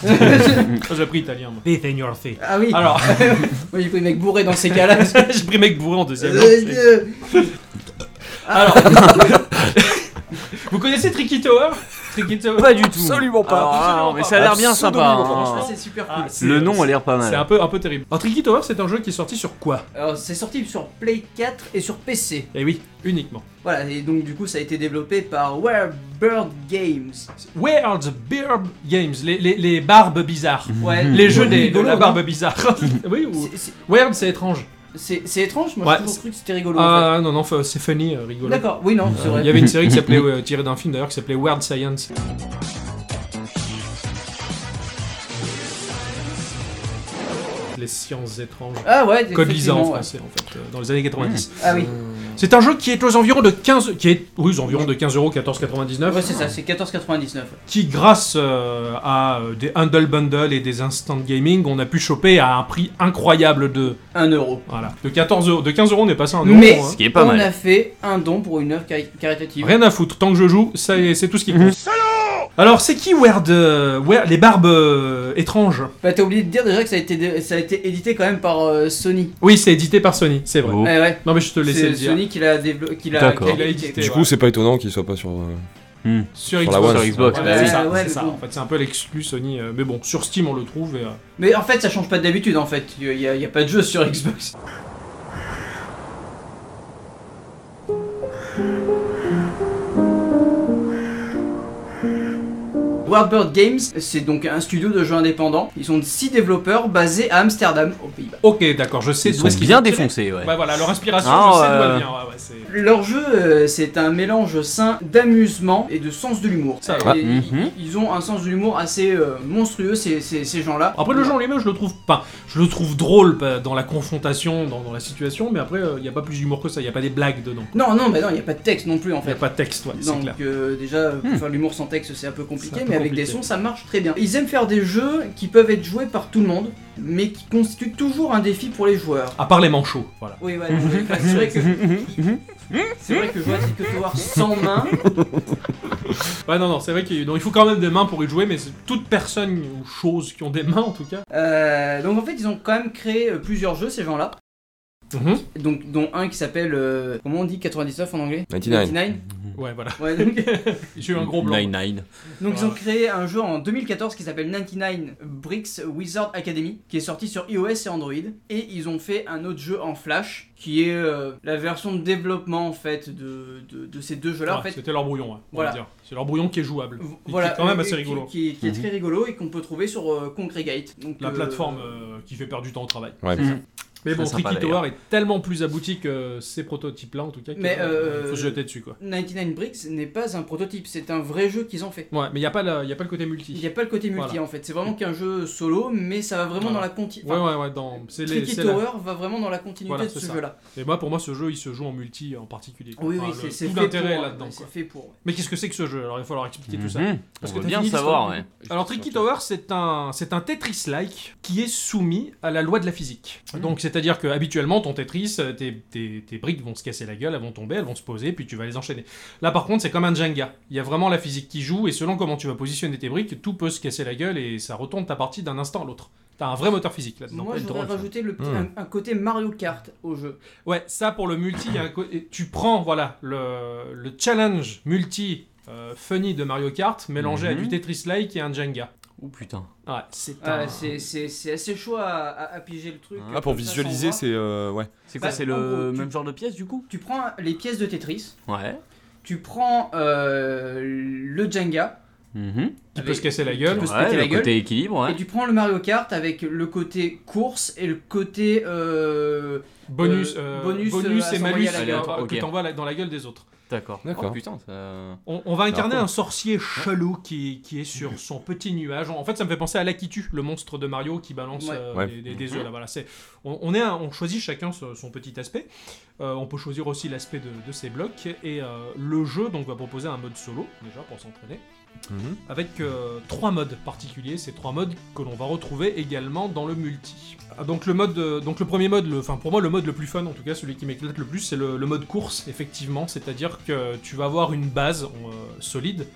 Speaker 8: *laughs*
Speaker 5: j'ai pris italien. Moi.
Speaker 8: Ah oui.
Speaker 5: Alors, *laughs*
Speaker 8: *laughs* Moi j'ai pris mec bourré dans ces cas-là. parce que-
Speaker 5: j'ai pris mec bourré en deuxième. hein. langue.
Speaker 8: Euh,
Speaker 5: Alors, vous connaissez Tricky Tower Tricky Tower.
Speaker 7: Pas du tout.
Speaker 6: Absolument pas.
Speaker 7: Alors, ah, non, mais ça a l'air bien sympa.
Speaker 6: Absolument
Speaker 7: hein.
Speaker 8: Franchement c'est super cool.
Speaker 5: Ah, c'est-
Speaker 7: Le nom a l'air pas mal.
Speaker 5: C'est un peu, un peu terrible. Alors, Tricky Tower, c'est un jeu qui est sorti sur quoi
Speaker 8: Alors c'est sorti sur Play 4 et sur PC.
Speaker 5: Eh oui, uniquement.
Speaker 8: Voilà et donc du coup ça a été développé par Rare Bird Games.
Speaker 5: Where are the Beard Games Les, les, les barbes bizarres.
Speaker 8: Ouais.
Speaker 5: Mhm. Les jeux des, de
Speaker 8: Rigolo,
Speaker 5: la
Speaker 8: non
Speaker 5: barbe bizarre. hein. *laughs* oui, ou...
Speaker 8: C'est- c'est-
Speaker 5: Weird, c'est étrange.
Speaker 8: C'est c'est étrange, moi
Speaker 5: Ouais.
Speaker 8: j'ai toujours cru que c'était rigolo. en fait.
Speaker 5: Ah non, non, fa- c'est funny, euh, rigolo.
Speaker 8: D'accord, oui, non, c'est
Speaker 5: Euh,
Speaker 8: vrai.
Speaker 5: Il y avait une série qui s'appelait, euh, tirée d'un film d'ailleurs, qui s'appelait Weird Science. Les sciences étranges.
Speaker 8: Ah ouais,
Speaker 5: Code Lisa en
Speaker 8: effectivement, ouais.
Speaker 5: français, en fait, euh, dans les années 90.
Speaker 8: Ah oui,
Speaker 5: C'est un jeu qui est aux environs de 15 qui est oui, aux environs de 15 euros 14,99
Speaker 8: ouais, c'est ça, c'est 14,99.
Speaker 5: qui grâce euh, à euh, des handle bundle et des instant gaming, on a pu choper à un prix incroyable de
Speaker 8: 1 euro.
Speaker 5: voilà, de 14 euros, de 15 euros, on est passé à un euro.
Speaker 8: Mais
Speaker 5: hein.
Speaker 7: qui est pas
Speaker 8: on
Speaker 7: mal.
Speaker 8: a fait un don pour une œuvre cari- caritative.
Speaker 5: Rien à foutre, tant que je joue, ça y est, c'est tout ce qui compte. Alors, c'est qui Weird, euh, Weird- les barbes euh, étranges
Speaker 8: Bah t'as oublié de dire déjà que ça a été, dé- ça a été édité quand même par euh, Sony. Eh
Speaker 5: Oui, c'est édité par Sony, c'est vrai.
Speaker 7: Oh.
Speaker 8: Ouais, ouais.
Speaker 5: Non, mais je te laissais
Speaker 8: C'est
Speaker 5: le dire.
Speaker 8: Sony qui l'a développé, qui l'a
Speaker 7: D'accord.
Speaker 8: qui l'a
Speaker 5: Il a
Speaker 8: édité.
Speaker 5: édité.
Speaker 6: Du
Speaker 5: ouais.
Speaker 6: coup, c'est pas étonnant qu'il soit pas sur. euh,
Speaker 7: Hmm.
Speaker 5: sur
Speaker 6: sur
Speaker 5: Xbox.
Speaker 6: la One.
Speaker 7: Sur Xbox,
Speaker 5: Ouais,
Speaker 8: bah
Speaker 5: c'est
Speaker 8: oui.
Speaker 5: ça,
Speaker 8: Ouais,
Speaker 5: c'est
Speaker 8: mais
Speaker 5: ça.
Speaker 8: bon.
Speaker 5: En fait, c'est un peu l'exclu Sony. euh, mais bon, sur Steam, on le trouve. et, euh,
Speaker 8: Mais en fait, ça change pas d'habitude en fait. Il y, a- y a pas de jeu sur Xbox. Warbird Games, c'est donc un studio de jeux indépendants. Ils sont 6 développeurs basés à Amsterdam, aux Pays-Bas.
Speaker 5: Ok, d'accord, je sais
Speaker 7: Ils
Speaker 5: d'où
Speaker 7: sont
Speaker 5: est-ce qu'ils
Speaker 7: bien
Speaker 5: ont tiré.
Speaker 7: défoncés, ouais.
Speaker 5: Ouais, voilà, leur inspiration,
Speaker 7: Ah,
Speaker 5: je sais d'où
Speaker 7: euh,
Speaker 5: elle vient. Ouais, ouais, c'est-
Speaker 8: Leur jeu, euh, c'est un mélange sain d'amusement et de sens de l'humour.
Speaker 5: Ça
Speaker 8: Et
Speaker 5: va.
Speaker 8: ils-
Speaker 7: Mhm.
Speaker 8: Ils ont un sens de l'humour assez euh, monstrueux, ces, ces- ces gens-là.
Speaker 5: Après, le jeu en lui-même, je le trouve pas. Je le trouve drôle bah, dans la confrontation, dans, dans la situation, mais après, il n'y a pas plus d'humour que ça. Il n'y a pas des blagues dedans.
Speaker 8: Non, non, bah non, il n'y a pas de texte non plus en
Speaker 5: Il n'y
Speaker 8: fait.
Speaker 5: a pas de texte, ouais, c'est
Speaker 8: Donc
Speaker 5: clair.
Speaker 8: euh, déjà, pour
Speaker 7: Hmm.
Speaker 8: faire de l'humour sans texte, c'est un peu compliqué,
Speaker 5: C'est un peu
Speaker 8: mais avec des
Speaker 5: compliqué.
Speaker 8: sons, ça marche très bien. Ils aiment faire des jeux qui peuvent être joués par tout le monde, mais qui constituent toujours un défi pour les joueurs.
Speaker 5: À part les manchots, voilà.
Speaker 8: Oui, ouais,
Speaker 7: Mhm.
Speaker 8: non, mais c'est vrai que... *laughs* C'est vrai que jouer à Ticket to War sans main,
Speaker 5: Ouais, non, non, c'est vrai qu'il donc, il faut quand même des mains pour y jouer, mais c'est toute personne ou chose qui ont des mains, en tout cas.
Speaker 8: euh, donc en fait ils ont quand même créé euh, plusieurs jeux ces gens-là,
Speaker 5: Mhm.
Speaker 8: donc dont un qui s'appelle euh, comment on dit 99 en anglais
Speaker 6: 99.
Speaker 5: Ouais, voilà. *laughs*
Speaker 8: Ouais, donc
Speaker 5: J'ai eu un gros blanc.
Speaker 7: Nine Nine.
Speaker 8: Donc ils ont
Speaker 5: Ouais.
Speaker 8: créé un jeu en 2014 qui s'appelle 99 Bricks Wizard Academy, qui est sorti sur iOS et Android. Et ils ont fait un autre jeu en Flash, qui est euh, la version de développement en fait de, de, de ces deux jeux-là.
Speaker 5: Ouais,
Speaker 8: en fait,
Speaker 5: C'était leur brouillon, ouais, on
Speaker 8: Voilà.
Speaker 5: va dire. C'est leur brouillon qui est jouable.
Speaker 8: V-
Speaker 5: Et qui est quand même
Speaker 8: et-
Speaker 5: assez
Speaker 8: et euh, qui-
Speaker 5: rigolo.
Speaker 8: Qui, qui est très rigolo et qu'on peut trouver sur euh, Congregate. Donc,
Speaker 5: La
Speaker 8: euh, Mm-hmm.
Speaker 5: plateforme euh, qui fait perdre du temps au travail.
Speaker 6: Ouais.
Speaker 7: Mm.
Speaker 5: Mais
Speaker 7: Très
Speaker 5: bon,
Speaker 7: sympa,
Speaker 5: Tricky
Speaker 7: d'ailleurs.
Speaker 5: Tower est tellement plus abouti que ces prototypes-là, en tout cas, qu'il
Speaker 8: Mais, euh,
Speaker 5: faut se jeter dessus, quoi.
Speaker 8: 99 Bricks n'est pas un prototype, c'est un vrai jeu qu'ils ont fait.
Speaker 5: Ouais, mais il n'y a, pas la- y a pas le côté multi.
Speaker 8: Il n'y a pas le côté multi
Speaker 5: Voilà.
Speaker 8: en fait, c'est vraiment qu'un jeu solo, mais ça va vraiment
Speaker 5: Voilà.
Speaker 8: dans la continuité.
Speaker 5: Ouais, ouais, ouais, dans... c'est les-
Speaker 8: Tricky
Speaker 5: c'est la-
Speaker 8: Tower va vraiment dans la continuité
Speaker 5: Voilà,
Speaker 8: de
Speaker 5: c'est
Speaker 8: ce
Speaker 5: ça.
Speaker 8: jeu-là.
Speaker 5: Et moi, pour moi, ce jeu, il se joue en multi en particulier. quoi.
Speaker 8: Oui, oui,
Speaker 5: Enfin,
Speaker 8: c'est
Speaker 5: le-
Speaker 8: c'est
Speaker 5: tout
Speaker 8: fait,
Speaker 5: l'intérêt
Speaker 8: pour,
Speaker 5: là-dedans.
Speaker 8: ouais, c'est
Speaker 5: quoi.
Speaker 8: fait pour.
Speaker 5: euh, Mais qu'est-ce que c'est que ce jeu Alors, il va falloir expliquer tout ça.
Speaker 7: Mhm.
Speaker 5: Parce
Speaker 7: On
Speaker 5: que
Speaker 7: veut
Speaker 5: t'as
Speaker 7: bien
Speaker 5: fini
Speaker 7: savoir,
Speaker 5: l'histoire
Speaker 7: ouais.
Speaker 5: Alors, Tricky Tower, c'est un, c'est un Tetris-like qui est soumis à la loi de la physique. Donc, c'est-à-dire que habituellement, ton Tetris, euh, tes, tes- tes briques vont se casser la gueule, elles vont tomber, elles vont se poser, puis tu vas les enchaîner. Là, par contre, c'est comme un Jenga. Il y a vraiment la physique qui joue, et selon comment tu vas positionner tes briques, tout peut se casser la gueule, et ça retourne ta partie d'un instant à l'autre. T'as un vrai moteur physique là-dedans.
Speaker 8: Moi, je voudrais rajouter le petit-
Speaker 6: Hmm.
Speaker 8: un, un côté Mario Kart au jeu.
Speaker 5: Ouais, ça pour le multi, il y a un co- et tu prends voilà le, le challenge multi euh, funny de Mario Kart mélangé à
Speaker 7: Mhm.
Speaker 5: du Tetris like et un Jenga.
Speaker 7: Oh putain.
Speaker 5: Ouais, c'est
Speaker 8: Ah,
Speaker 5: un-
Speaker 8: c'est- c'est c'est assez chaud à, à- à piger le truc.
Speaker 6: Ah, pour
Speaker 8: Comme ça, sans
Speaker 6: visualiser,
Speaker 8: voir.
Speaker 6: c'est. euh, ouais.
Speaker 7: C'est quoi
Speaker 8: quoi, Bah, c'est
Speaker 7: C'est
Speaker 8: le en
Speaker 7: le
Speaker 8: gros, tu- même
Speaker 7: même genre de pièce du coup
Speaker 8: Tu prends les pièces de Tetris,
Speaker 7: Ouais.
Speaker 8: tu prends euh, le Jenga,
Speaker 5: qui peut
Speaker 8: avec-
Speaker 5: se casser la
Speaker 8: qui
Speaker 5: gueule.
Speaker 8: peut se péter la
Speaker 7: Mhm. le
Speaker 8: gueule.
Speaker 7: côté équilibre,
Speaker 8: et tu prends le Mario Kart avec le côté course et le côté. euh,
Speaker 5: Bonus,
Speaker 8: Euh,
Speaker 5: euh,
Speaker 8: bonus,
Speaker 5: bonus,
Speaker 8: euh, à
Speaker 5: et
Speaker 8: s'envoyer
Speaker 5: malus
Speaker 8: à la
Speaker 5: euh,
Speaker 7: gueule.
Speaker 5: que
Speaker 7: Ok.
Speaker 5: t'envoies la- dans la gueule des autres.
Speaker 7: D'accord.
Speaker 6: D'accord.
Speaker 7: Oh putain, ça.
Speaker 5: On, on va incarner
Speaker 7: cool.
Speaker 5: un sorcier chelou qui, qui est sur son petit nuage. En fait, ça me fait penser à l'Akitu, le monstre de Mario qui balance
Speaker 8: Ouais.
Speaker 5: euh,
Speaker 6: Ouais.
Speaker 5: des, des- des œufs. Là, voilà. C'est- on, on est un- on choisit chacun ce- son petit aspect. Euh, on peut choisir aussi l'aspect de, de ses blocs. Et euh, le jeu donc, va proposer un mode solo, déjà, pour s'entraîner.
Speaker 6: Mhm.
Speaker 5: avec euh, trois modes particuliers. Ces trois modes que l'on va retrouver également dans le multi. Ah, Donc le mode, euh, donc le premier mode, le- enfin pour moi le mode le plus fun, en tout cas celui qui m'éclate le plus, c'est le, le mode course effectivement. C'est-à-dire que tu vas avoir une base euh, solide.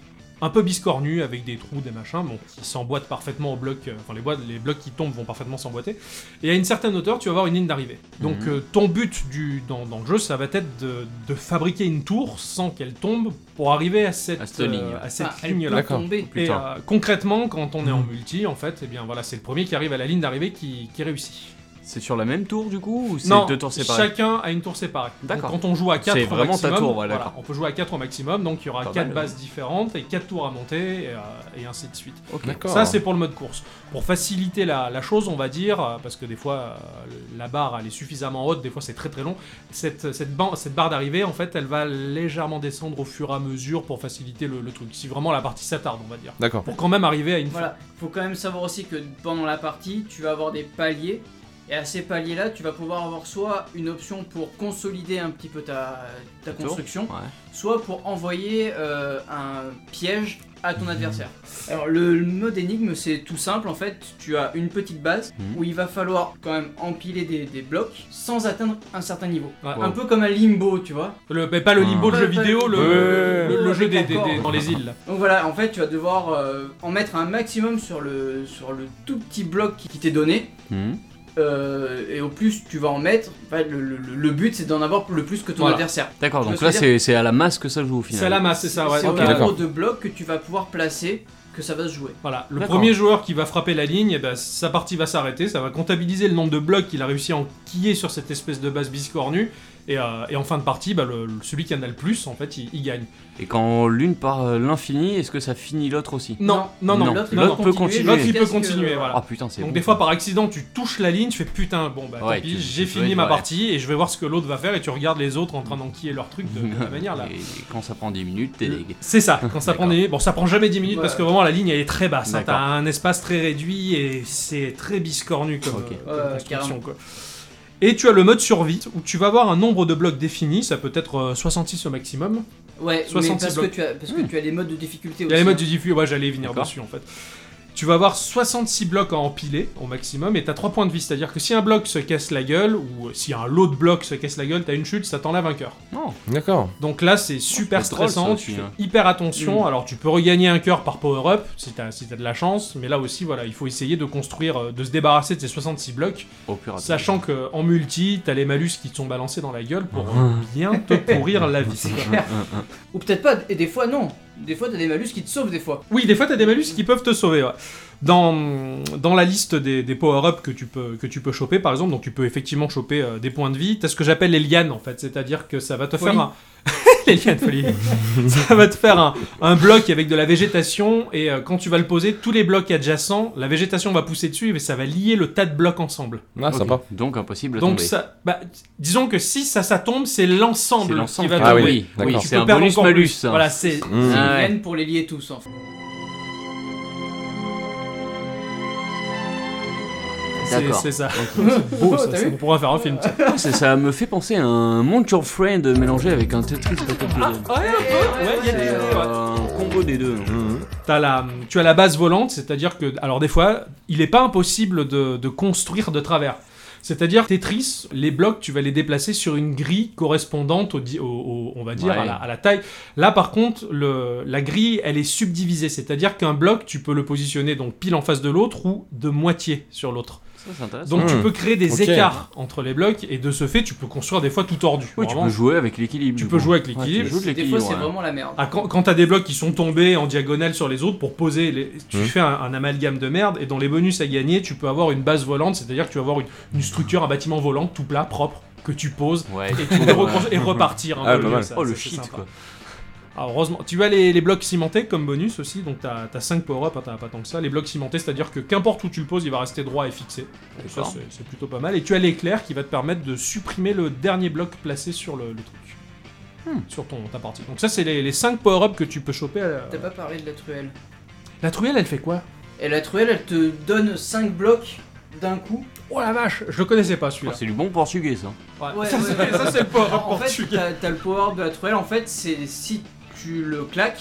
Speaker 5: Un peu biscornue avec des trous, des machins, bon, qui s'emboîtent parfaitement au bloc. euh, Enfin, les, boîtes- les blocs qui tombent vont parfaitement s'emboîter. Et à une certaine hauteur, tu vas avoir une ligne d'arrivée. Donc,
Speaker 7: Mhm.
Speaker 5: euh, ton but du, dans, dans le jeu, ça va être de, de fabriquer une tour sans qu'elle tombe pour arriver à cette, euh,
Speaker 7: À cette ligne.
Speaker 5: à cette
Speaker 8: enfin, Ah, elle
Speaker 5: ligne-là.
Speaker 8: peut
Speaker 6: D'accord.
Speaker 8: tomber.
Speaker 5: Et
Speaker 6: Putain.
Speaker 5: euh, concrètement, quand on est en multi, en fait, eh bien voilà, c'est le premier qui arrive à la ligne d'arrivée qui, qui réussit.
Speaker 7: C'est sur la même tour du coup ou c'est
Speaker 5: Non,
Speaker 7: deux tours séparées
Speaker 5: chacun a une tour séparée. Donc,
Speaker 7: D'accord.
Speaker 5: Quand on joue à 4
Speaker 7: C'est
Speaker 5: au
Speaker 7: vraiment ta
Speaker 5: maximum,
Speaker 7: tour, ouais,
Speaker 5: voilà,
Speaker 7: d'accord.
Speaker 5: on peut jouer à 4 au maximum, donc il y aura
Speaker 7: Pas
Speaker 5: 4
Speaker 7: mal,
Speaker 5: bases différentes et 4 tours à monter, et, euh, et ainsi de suite.
Speaker 7: Ok.
Speaker 6: D'accord.
Speaker 5: Ça, c'est pour le mode course. Pour faciliter la, la chose, on va dire, euh, parce que des fois, euh, la barre, elle est suffisamment haute, des fois, c'est très très long. Cette, cette, ban- cette barre d'arrivée, en fait, elle va légèrement descendre au fur et à mesure pour faciliter le, le truc. Si vraiment la partie s'attarde, on va dire.
Speaker 6: D'accord.
Speaker 5: Pour quand même arriver à une
Speaker 8: Voilà, faut quand même savoir aussi que pendant la partie, tu vas avoir des paliers. Et à ces paliers-là, tu vas pouvoir avoir soit une option pour consolider un petit peu ta, ta
Speaker 7: Tour.
Speaker 8: construction,
Speaker 7: Ouais.
Speaker 8: soit pour envoyer euh, un piège à ton adversaire. Alors le le mode énigme c'est tout simple en fait, tu as une petite base
Speaker 7: Mhm.
Speaker 8: où il va falloir quand même empiler des, des blocs sans atteindre un certain niveau.
Speaker 5: Ouais.
Speaker 8: Un peu comme un limbo tu vois.
Speaker 5: Le- mais pas le limbo de
Speaker 8: Ouais,
Speaker 5: jeu
Speaker 8: Ah. ouais.
Speaker 5: vidéo, le,
Speaker 8: Ouais.
Speaker 5: le- le
Speaker 8: Ouais,
Speaker 5: jeu des,
Speaker 8: avec
Speaker 5: des-
Speaker 8: la corde.
Speaker 5: des- dans les îles. là.
Speaker 8: Donc voilà, en fait, tu vas devoir euh, en mettre un maximum sur le, sur le tout petit bloc qui, qui t'est donné.
Speaker 7: Mhm.
Speaker 8: euh, et au plus tu vas en mettre, enfin, le, le- le but c'est d'en avoir le plus que ton
Speaker 5: Voilà.
Speaker 8: adversaire.
Speaker 7: D'accord,
Speaker 8: Je
Speaker 7: donc
Speaker 8: veux
Speaker 7: là
Speaker 8: dire-
Speaker 7: c'est c'est à la masse que ça joue au final.
Speaker 5: C'est à la masse, c'est ça, ouais.
Speaker 8: C'est
Speaker 7: Ok,
Speaker 8: au
Speaker 7: d'accord.
Speaker 8: nombre de blocs que tu vas pouvoir placer que ça va se jouer.
Speaker 5: Voilà, le
Speaker 7: D'accord.
Speaker 5: premier joueur qui va frapper la ligne, eh ben, sa partie va s'arrêter, ça va comptabiliser le nombre de blocs qu'il a réussi à enquiller sur cette espèce de base biscornue, et, euh, et en fin de partie, bah, le- le- celui qui en a le plus, en fait, il, il gagne.
Speaker 7: Et quand l'une part euh, l'infini, est-ce que ça finit l'autre aussi
Speaker 5: Non, non, non,
Speaker 7: Non,
Speaker 5: l'autre
Speaker 7: l'autre peut
Speaker 5: continue,
Speaker 7: continuer.
Speaker 5: l'autre, il peut
Speaker 8: Qu'est-ce que-
Speaker 5: continuer,
Speaker 7: Ah
Speaker 5: voilà.
Speaker 7: putain, c'est
Speaker 5: Donc
Speaker 7: bon.
Speaker 5: des
Speaker 7: *laughs*
Speaker 5: fois par accident tu touches la ligne, tu fais putain bon bah
Speaker 7: Ouais,
Speaker 5: tant pis,
Speaker 7: tu-
Speaker 5: j'ai
Speaker 7: tu peux
Speaker 5: fini
Speaker 7: être-
Speaker 5: ma
Speaker 7: ouais.
Speaker 5: partie et je vais voir ce que l'autre va faire et tu regardes les autres en train d'enquiller leur truc de,
Speaker 7: *laughs*
Speaker 5: de la manière là.
Speaker 7: Et quand ça prend 10 minutes, t'es dégueu.
Speaker 5: C'est
Speaker 7: *laughs*
Speaker 5: ça, quand ça prend
Speaker 7: D'accord.
Speaker 5: des... Bon, ça prend jamais 10 minutes parce que vraiment la ligne elle est très basse. hein.
Speaker 7: D'accord.
Speaker 5: T'as un espace très réduit et c'est très biscornu comme, euh,
Speaker 7: Ok.
Speaker 5: comme
Speaker 8: Ouais,
Speaker 5: construction.
Speaker 8: carrément.
Speaker 5: Quoi. Et tu as le mode survie où tu vas avoir un nombre de blocs défini, ça peut être euh, 66 au maximum.
Speaker 8: Ouais, mais
Speaker 5: 66
Speaker 8: parce, que
Speaker 5: blocs.
Speaker 8: tu as, parce que tu as les modes de difficulté
Speaker 5: Il
Speaker 8: aussi.
Speaker 5: y a les modes
Speaker 8: hein.
Speaker 5: du diffus, ouais, j'allais y venir
Speaker 7: D'accord.
Speaker 5: dessus en fait. Tu vas avoir 66 blocs à empiler au maximum et t'as 3 points de vie, c'est-à-dire que si un bloc se casse la gueule ou euh, si un lot de blocs se casse la gueule, t'as une chute, ça t'enlève un cœur.
Speaker 7: Non,
Speaker 6: D'accord.
Speaker 5: Donc là, c'est super
Speaker 7: C'est drôle,
Speaker 5: stressant,
Speaker 7: ça,
Speaker 5: tu
Speaker 7: aussi,
Speaker 5: fais
Speaker 7: hein.
Speaker 5: hyper attention.
Speaker 8: Mm.
Speaker 5: Alors, tu peux regagner un cœur par power-up si t'as si t'as de la chance, mais là aussi, voilà, il faut essayer de construire, euh, de se débarrasser de ces 66 blocs,
Speaker 7: au plus rapide.
Speaker 5: sachant que en multi, t'as les malus qui te sont balancés dans la gueule pour euh,
Speaker 7: Ah.
Speaker 5: bien te pourrir
Speaker 7: *laughs*
Speaker 5: la vie.
Speaker 8: Ou peut-être pas, et des fois non. Des fois t'as des malus qui te sauvent des fois.
Speaker 5: Oui, des fois, t'as des malus qui peuvent te sauver. ouais. Dans, dans la liste des, des power-up que, tu peux- que tu peux choper, par exemple, donc tu peux effectivement choper euh, des points de vie, t'as ce que j'appelle les lianes, en fait. C'est-à-dire que ça va te
Speaker 8: Folie.
Speaker 5: faire un... *laughs* les lianes, folie. ça va te faire un, un bloc avec de la végétation, et euh, quand tu vas le poser, tous les blocs adjacents, la végétation va pousser dessus, mais ça va lier le tas de blocs ensemble.
Speaker 6: Ah,
Speaker 7: Ok.
Speaker 6: sympa.
Speaker 7: Donc impossible de
Speaker 5: Donc,
Speaker 7: tomber.
Speaker 5: ça, bah, disons que si ça, ça tombe, c'est l'ensemble
Speaker 7: c'est
Speaker 5: qui
Speaker 7: l'ensemble.
Speaker 5: va
Speaker 7: qui-
Speaker 5: tomber.
Speaker 7: Ah
Speaker 6: tomber.
Speaker 7: oui,
Speaker 6: Oui,
Speaker 7: oui,
Speaker 6: tu
Speaker 7: c'est
Speaker 5: Tu peux
Speaker 7: un
Speaker 5: perdre
Speaker 7: bonus
Speaker 5: encore
Speaker 7: malus. hein.
Speaker 5: plus.
Speaker 7: ça.
Speaker 5: Voilà, c'est...
Speaker 8: C'est
Speaker 6: Mm.
Speaker 8: une
Speaker 7: Ouais.
Speaker 8: haine pour les lier tous en fait.
Speaker 5: c'est-
Speaker 7: D'accord.
Speaker 5: C'est ça. *laughs*
Speaker 8: C'est
Speaker 5: Beau, ça, ça, on pourra faire un film. tiens.
Speaker 7: Ah, ça, ça me fait penser à un Monster Friend mélangé avec un Tetris Pocket Puzzle.
Speaker 5: Ouais, ouais, il y a des
Speaker 7: C'est
Speaker 5: idées, Ah, ouais.
Speaker 7: euh, un combo des deux.
Speaker 5: T'as la, tu as la base volante, c'est-à-dire que, alors des fois, il n'est pas impossible de, de construire de travers. C'est-à-dire Tetris, les blocs, tu vas les déplacer sur une grille correspondante au, di- au- au- on va dire
Speaker 7: Ouais.
Speaker 5: à, la, à la taille. Là, par contre, le, la grille, elle est subdivisée, c'est-à-dire qu'un bloc, tu peux le positionner donc pile en face de l'autre ou de moitié sur l'autre.
Speaker 7: Ça, Ah, c'est intéressant.
Speaker 5: Donc tu
Speaker 6: Hmm.
Speaker 5: peux créer des
Speaker 6: Ok.
Speaker 5: écarts entre les blocs et de ce fait, tu peux construire des fois tout tordu.
Speaker 7: Oui, tu
Speaker 5: Vraiment.
Speaker 7: peux jouer avec l'équilibre.
Speaker 5: Tu
Speaker 7: du
Speaker 5: peux
Speaker 7: coup.
Speaker 5: jouer avec
Speaker 7: Ouais,
Speaker 5: l'équilibre.
Speaker 7: tu joues de
Speaker 8: Des fois
Speaker 7: l'équilibre.
Speaker 8: c'est
Speaker 7: ouais.
Speaker 8: vraiment la merde.
Speaker 5: Ah, quand quand t'as des blocs qui sont tombés en diagonale sur les autres pour poser, les... tu
Speaker 6: Mhm.
Speaker 5: fais un, un amalgame de merde et dans les bonus à gagner, tu peux avoir une base volante, c'est-à-dire que tu vas avoir une, une structure, un bâtiment volant tout plat, propre, que tu poses
Speaker 7: Ouais.
Speaker 5: et,
Speaker 6: *laughs*
Speaker 5: tu peux reconstruire- et repartir. un
Speaker 6: Ah,
Speaker 5: peu
Speaker 6: pas
Speaker 5: mieux,
Speaker 6: mal.
Speaker 5: ça,
Speaker 7: Oh
Speaker 5: ça,
Speaker 7: le
Speaker 5: c'est
Speaker 7: shit
Speaker 5: sympa.
Speaker 7: quoi.
Speaker 5: Ah, heureusement, tu as les, les blocs cimentés comme bonus aussi, donc t'as 5 power-up, hein, t'en as pas tant que ça. Les blocs cimentés, c'est-à-dire que qu'importe où tu le poses, il va rester droit et fixé. Donc ça,
Speaker 7: D'accord.
Speaker 5: c'est- c'est plutôt pas mal. Et tu as l'éclair qui va te permettre de supprimer le dernier bloc placé sur le, le truc. Sur ton, ta partie. Donc ça, c'est les, 5 power-up que tu peux choper. à la-
Speaker 8: T'as pas parlé de la truelle.
Speaker 5: La truelle, elle fait quoi
Speaker 8: Et la truelle elle te donne 5 blocs d'un coup.
Speaker 5: Oh la vache, je le connaissais pas
Speaker 7: Oh,
Speaker 5: celui-là.
Speaker 7: C'est du bon portugais ça.
Speaker 8: Ouais,
Speaker 5: ça,
Speaker 8: ouais.
Speaker 5: c'est- *laughs* ça, c'est le power-up
Speaker 8: En fait,
Speaker 5: portugais.
Speaker 8: t'as t'as le power up de la truelle. En fait, c'est si tu le claques,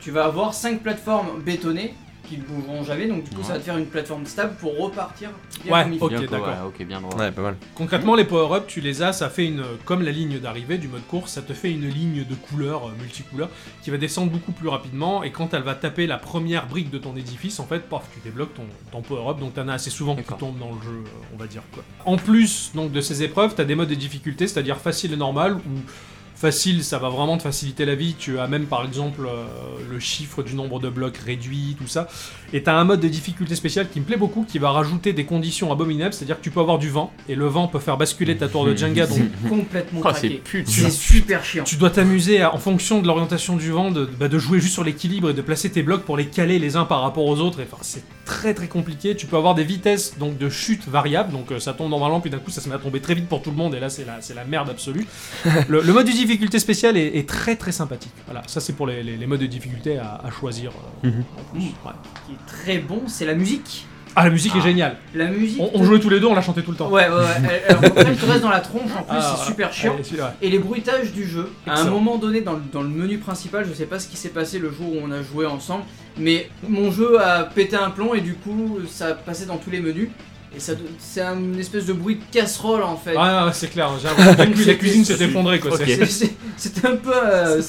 Speaker 8: tu vas avoir 5 plateformes bétonnées qui ne bougeront jamais. Donc, du coup,
Speaker 7: Ouais.
Speaker 8: ça va te faire une plateforme stable pour repartir bien
Speaker 5: Ouais.
Speaker 8: comme il faut.
Speaker 5: Ok,
Speaker 7: Bien, quoi,
Speaker 5: d'accord.
Speaker 7: ouais, ok, bien droit.
Speaker 6: Ouais, pas mal.
Speaker 5: Concrètement, les power-up, tu les as, ça fait une. Comme la ligne d'arrivée du mode course, ça te fait une ligne de couleurs, euh, multicouleurs, qui va descendre beaucoup plus rapidement. Et quand elle va taper la première brique de ton édifice, en fait, paf, tu débloques ton, ton power-up. Donc t'en as assez souvent qui
Speaker 7: D'accord.
Speaker 5: tombent dans le jeu, euh, on va dire quoi. En plus donc de ces épreuves, t'as des modes de difficulté, c'est-à-dire facile et normal, ou facile, ça va vraiment te faciliter la vie. Tu as même par exemple euh, le chiffre du nombre de blocs réduit, tout ça. Et t'as un mode de difficulté spécial qui me plaît beaucoup, qui va rajouter des conditions abominables, c'est-à-dire que tu peux avoir du vent, et le vent peut faire basculer ta tour de Jenga, donc
Speaker 8: Complètement
Speaker 7: Oh, c'est
Speaker 8: craqué.
Speaker 7: putain.
Speaker 8: C'est super chiant.
Speaker 5: tu dois t'amuser à- en fonction de l'orientation du vent, de, bah, de jouer juste sur l'équilibre et de placer tes blocs pour les caler les uns par rapport aux autres. Et, Enfin, c'est très très compliqué. Tu peux avoir des vitesses donc de chute variables, donc euh, ça tombe normalement, puis d'un coup ça se met à tomber très vite pour tout le monde. Et là, c'est la, c'est la merde absolue. le, le mode de difficulté spécial est, est très très sympathique. Voilà, ça c'est pour les, les- les modes de difficulté à, à choisir. euh, en plus. Ouais.
Speaker 8: Ce qui est très bon, c'est la musique.
Speaker 5: Ah, la musique est
Speaker 7: Ah.
Speaker 5: géniale.
Speaker 8: La musique.
Speaker 5: On, on jouait tous les deux, on la chantait tout le temps.
Speaker 8: Ouais, ouais, ouais. Elle, elle reprend tout reste dans la tronche en plus,
Speaker 5: Ah,
Speaker 8: c'est super chiant.
Speaker 5: Allez, celui-là, ouais.
Speaker 8: Et les bruitages du jeu, à un
Speaker 5: Excellent.
Speaker 8: moment donné dans le, dans le menu principal, je sais pas ce qui s'est passé le jour où on a joué ensemble, mais mon jeu a pété un plomb et du coup ça passait dans tous les menus. Et ça, do- c'est une espèce de bruit de casserole en fait.
Speaker 5: Ah, ouais, c'est clair, j'ai l'impression que la, cu- la cuisine s'est effondrée quoi. c'est-
Speaker 8: C'est- c'est- C'était un peu. euh,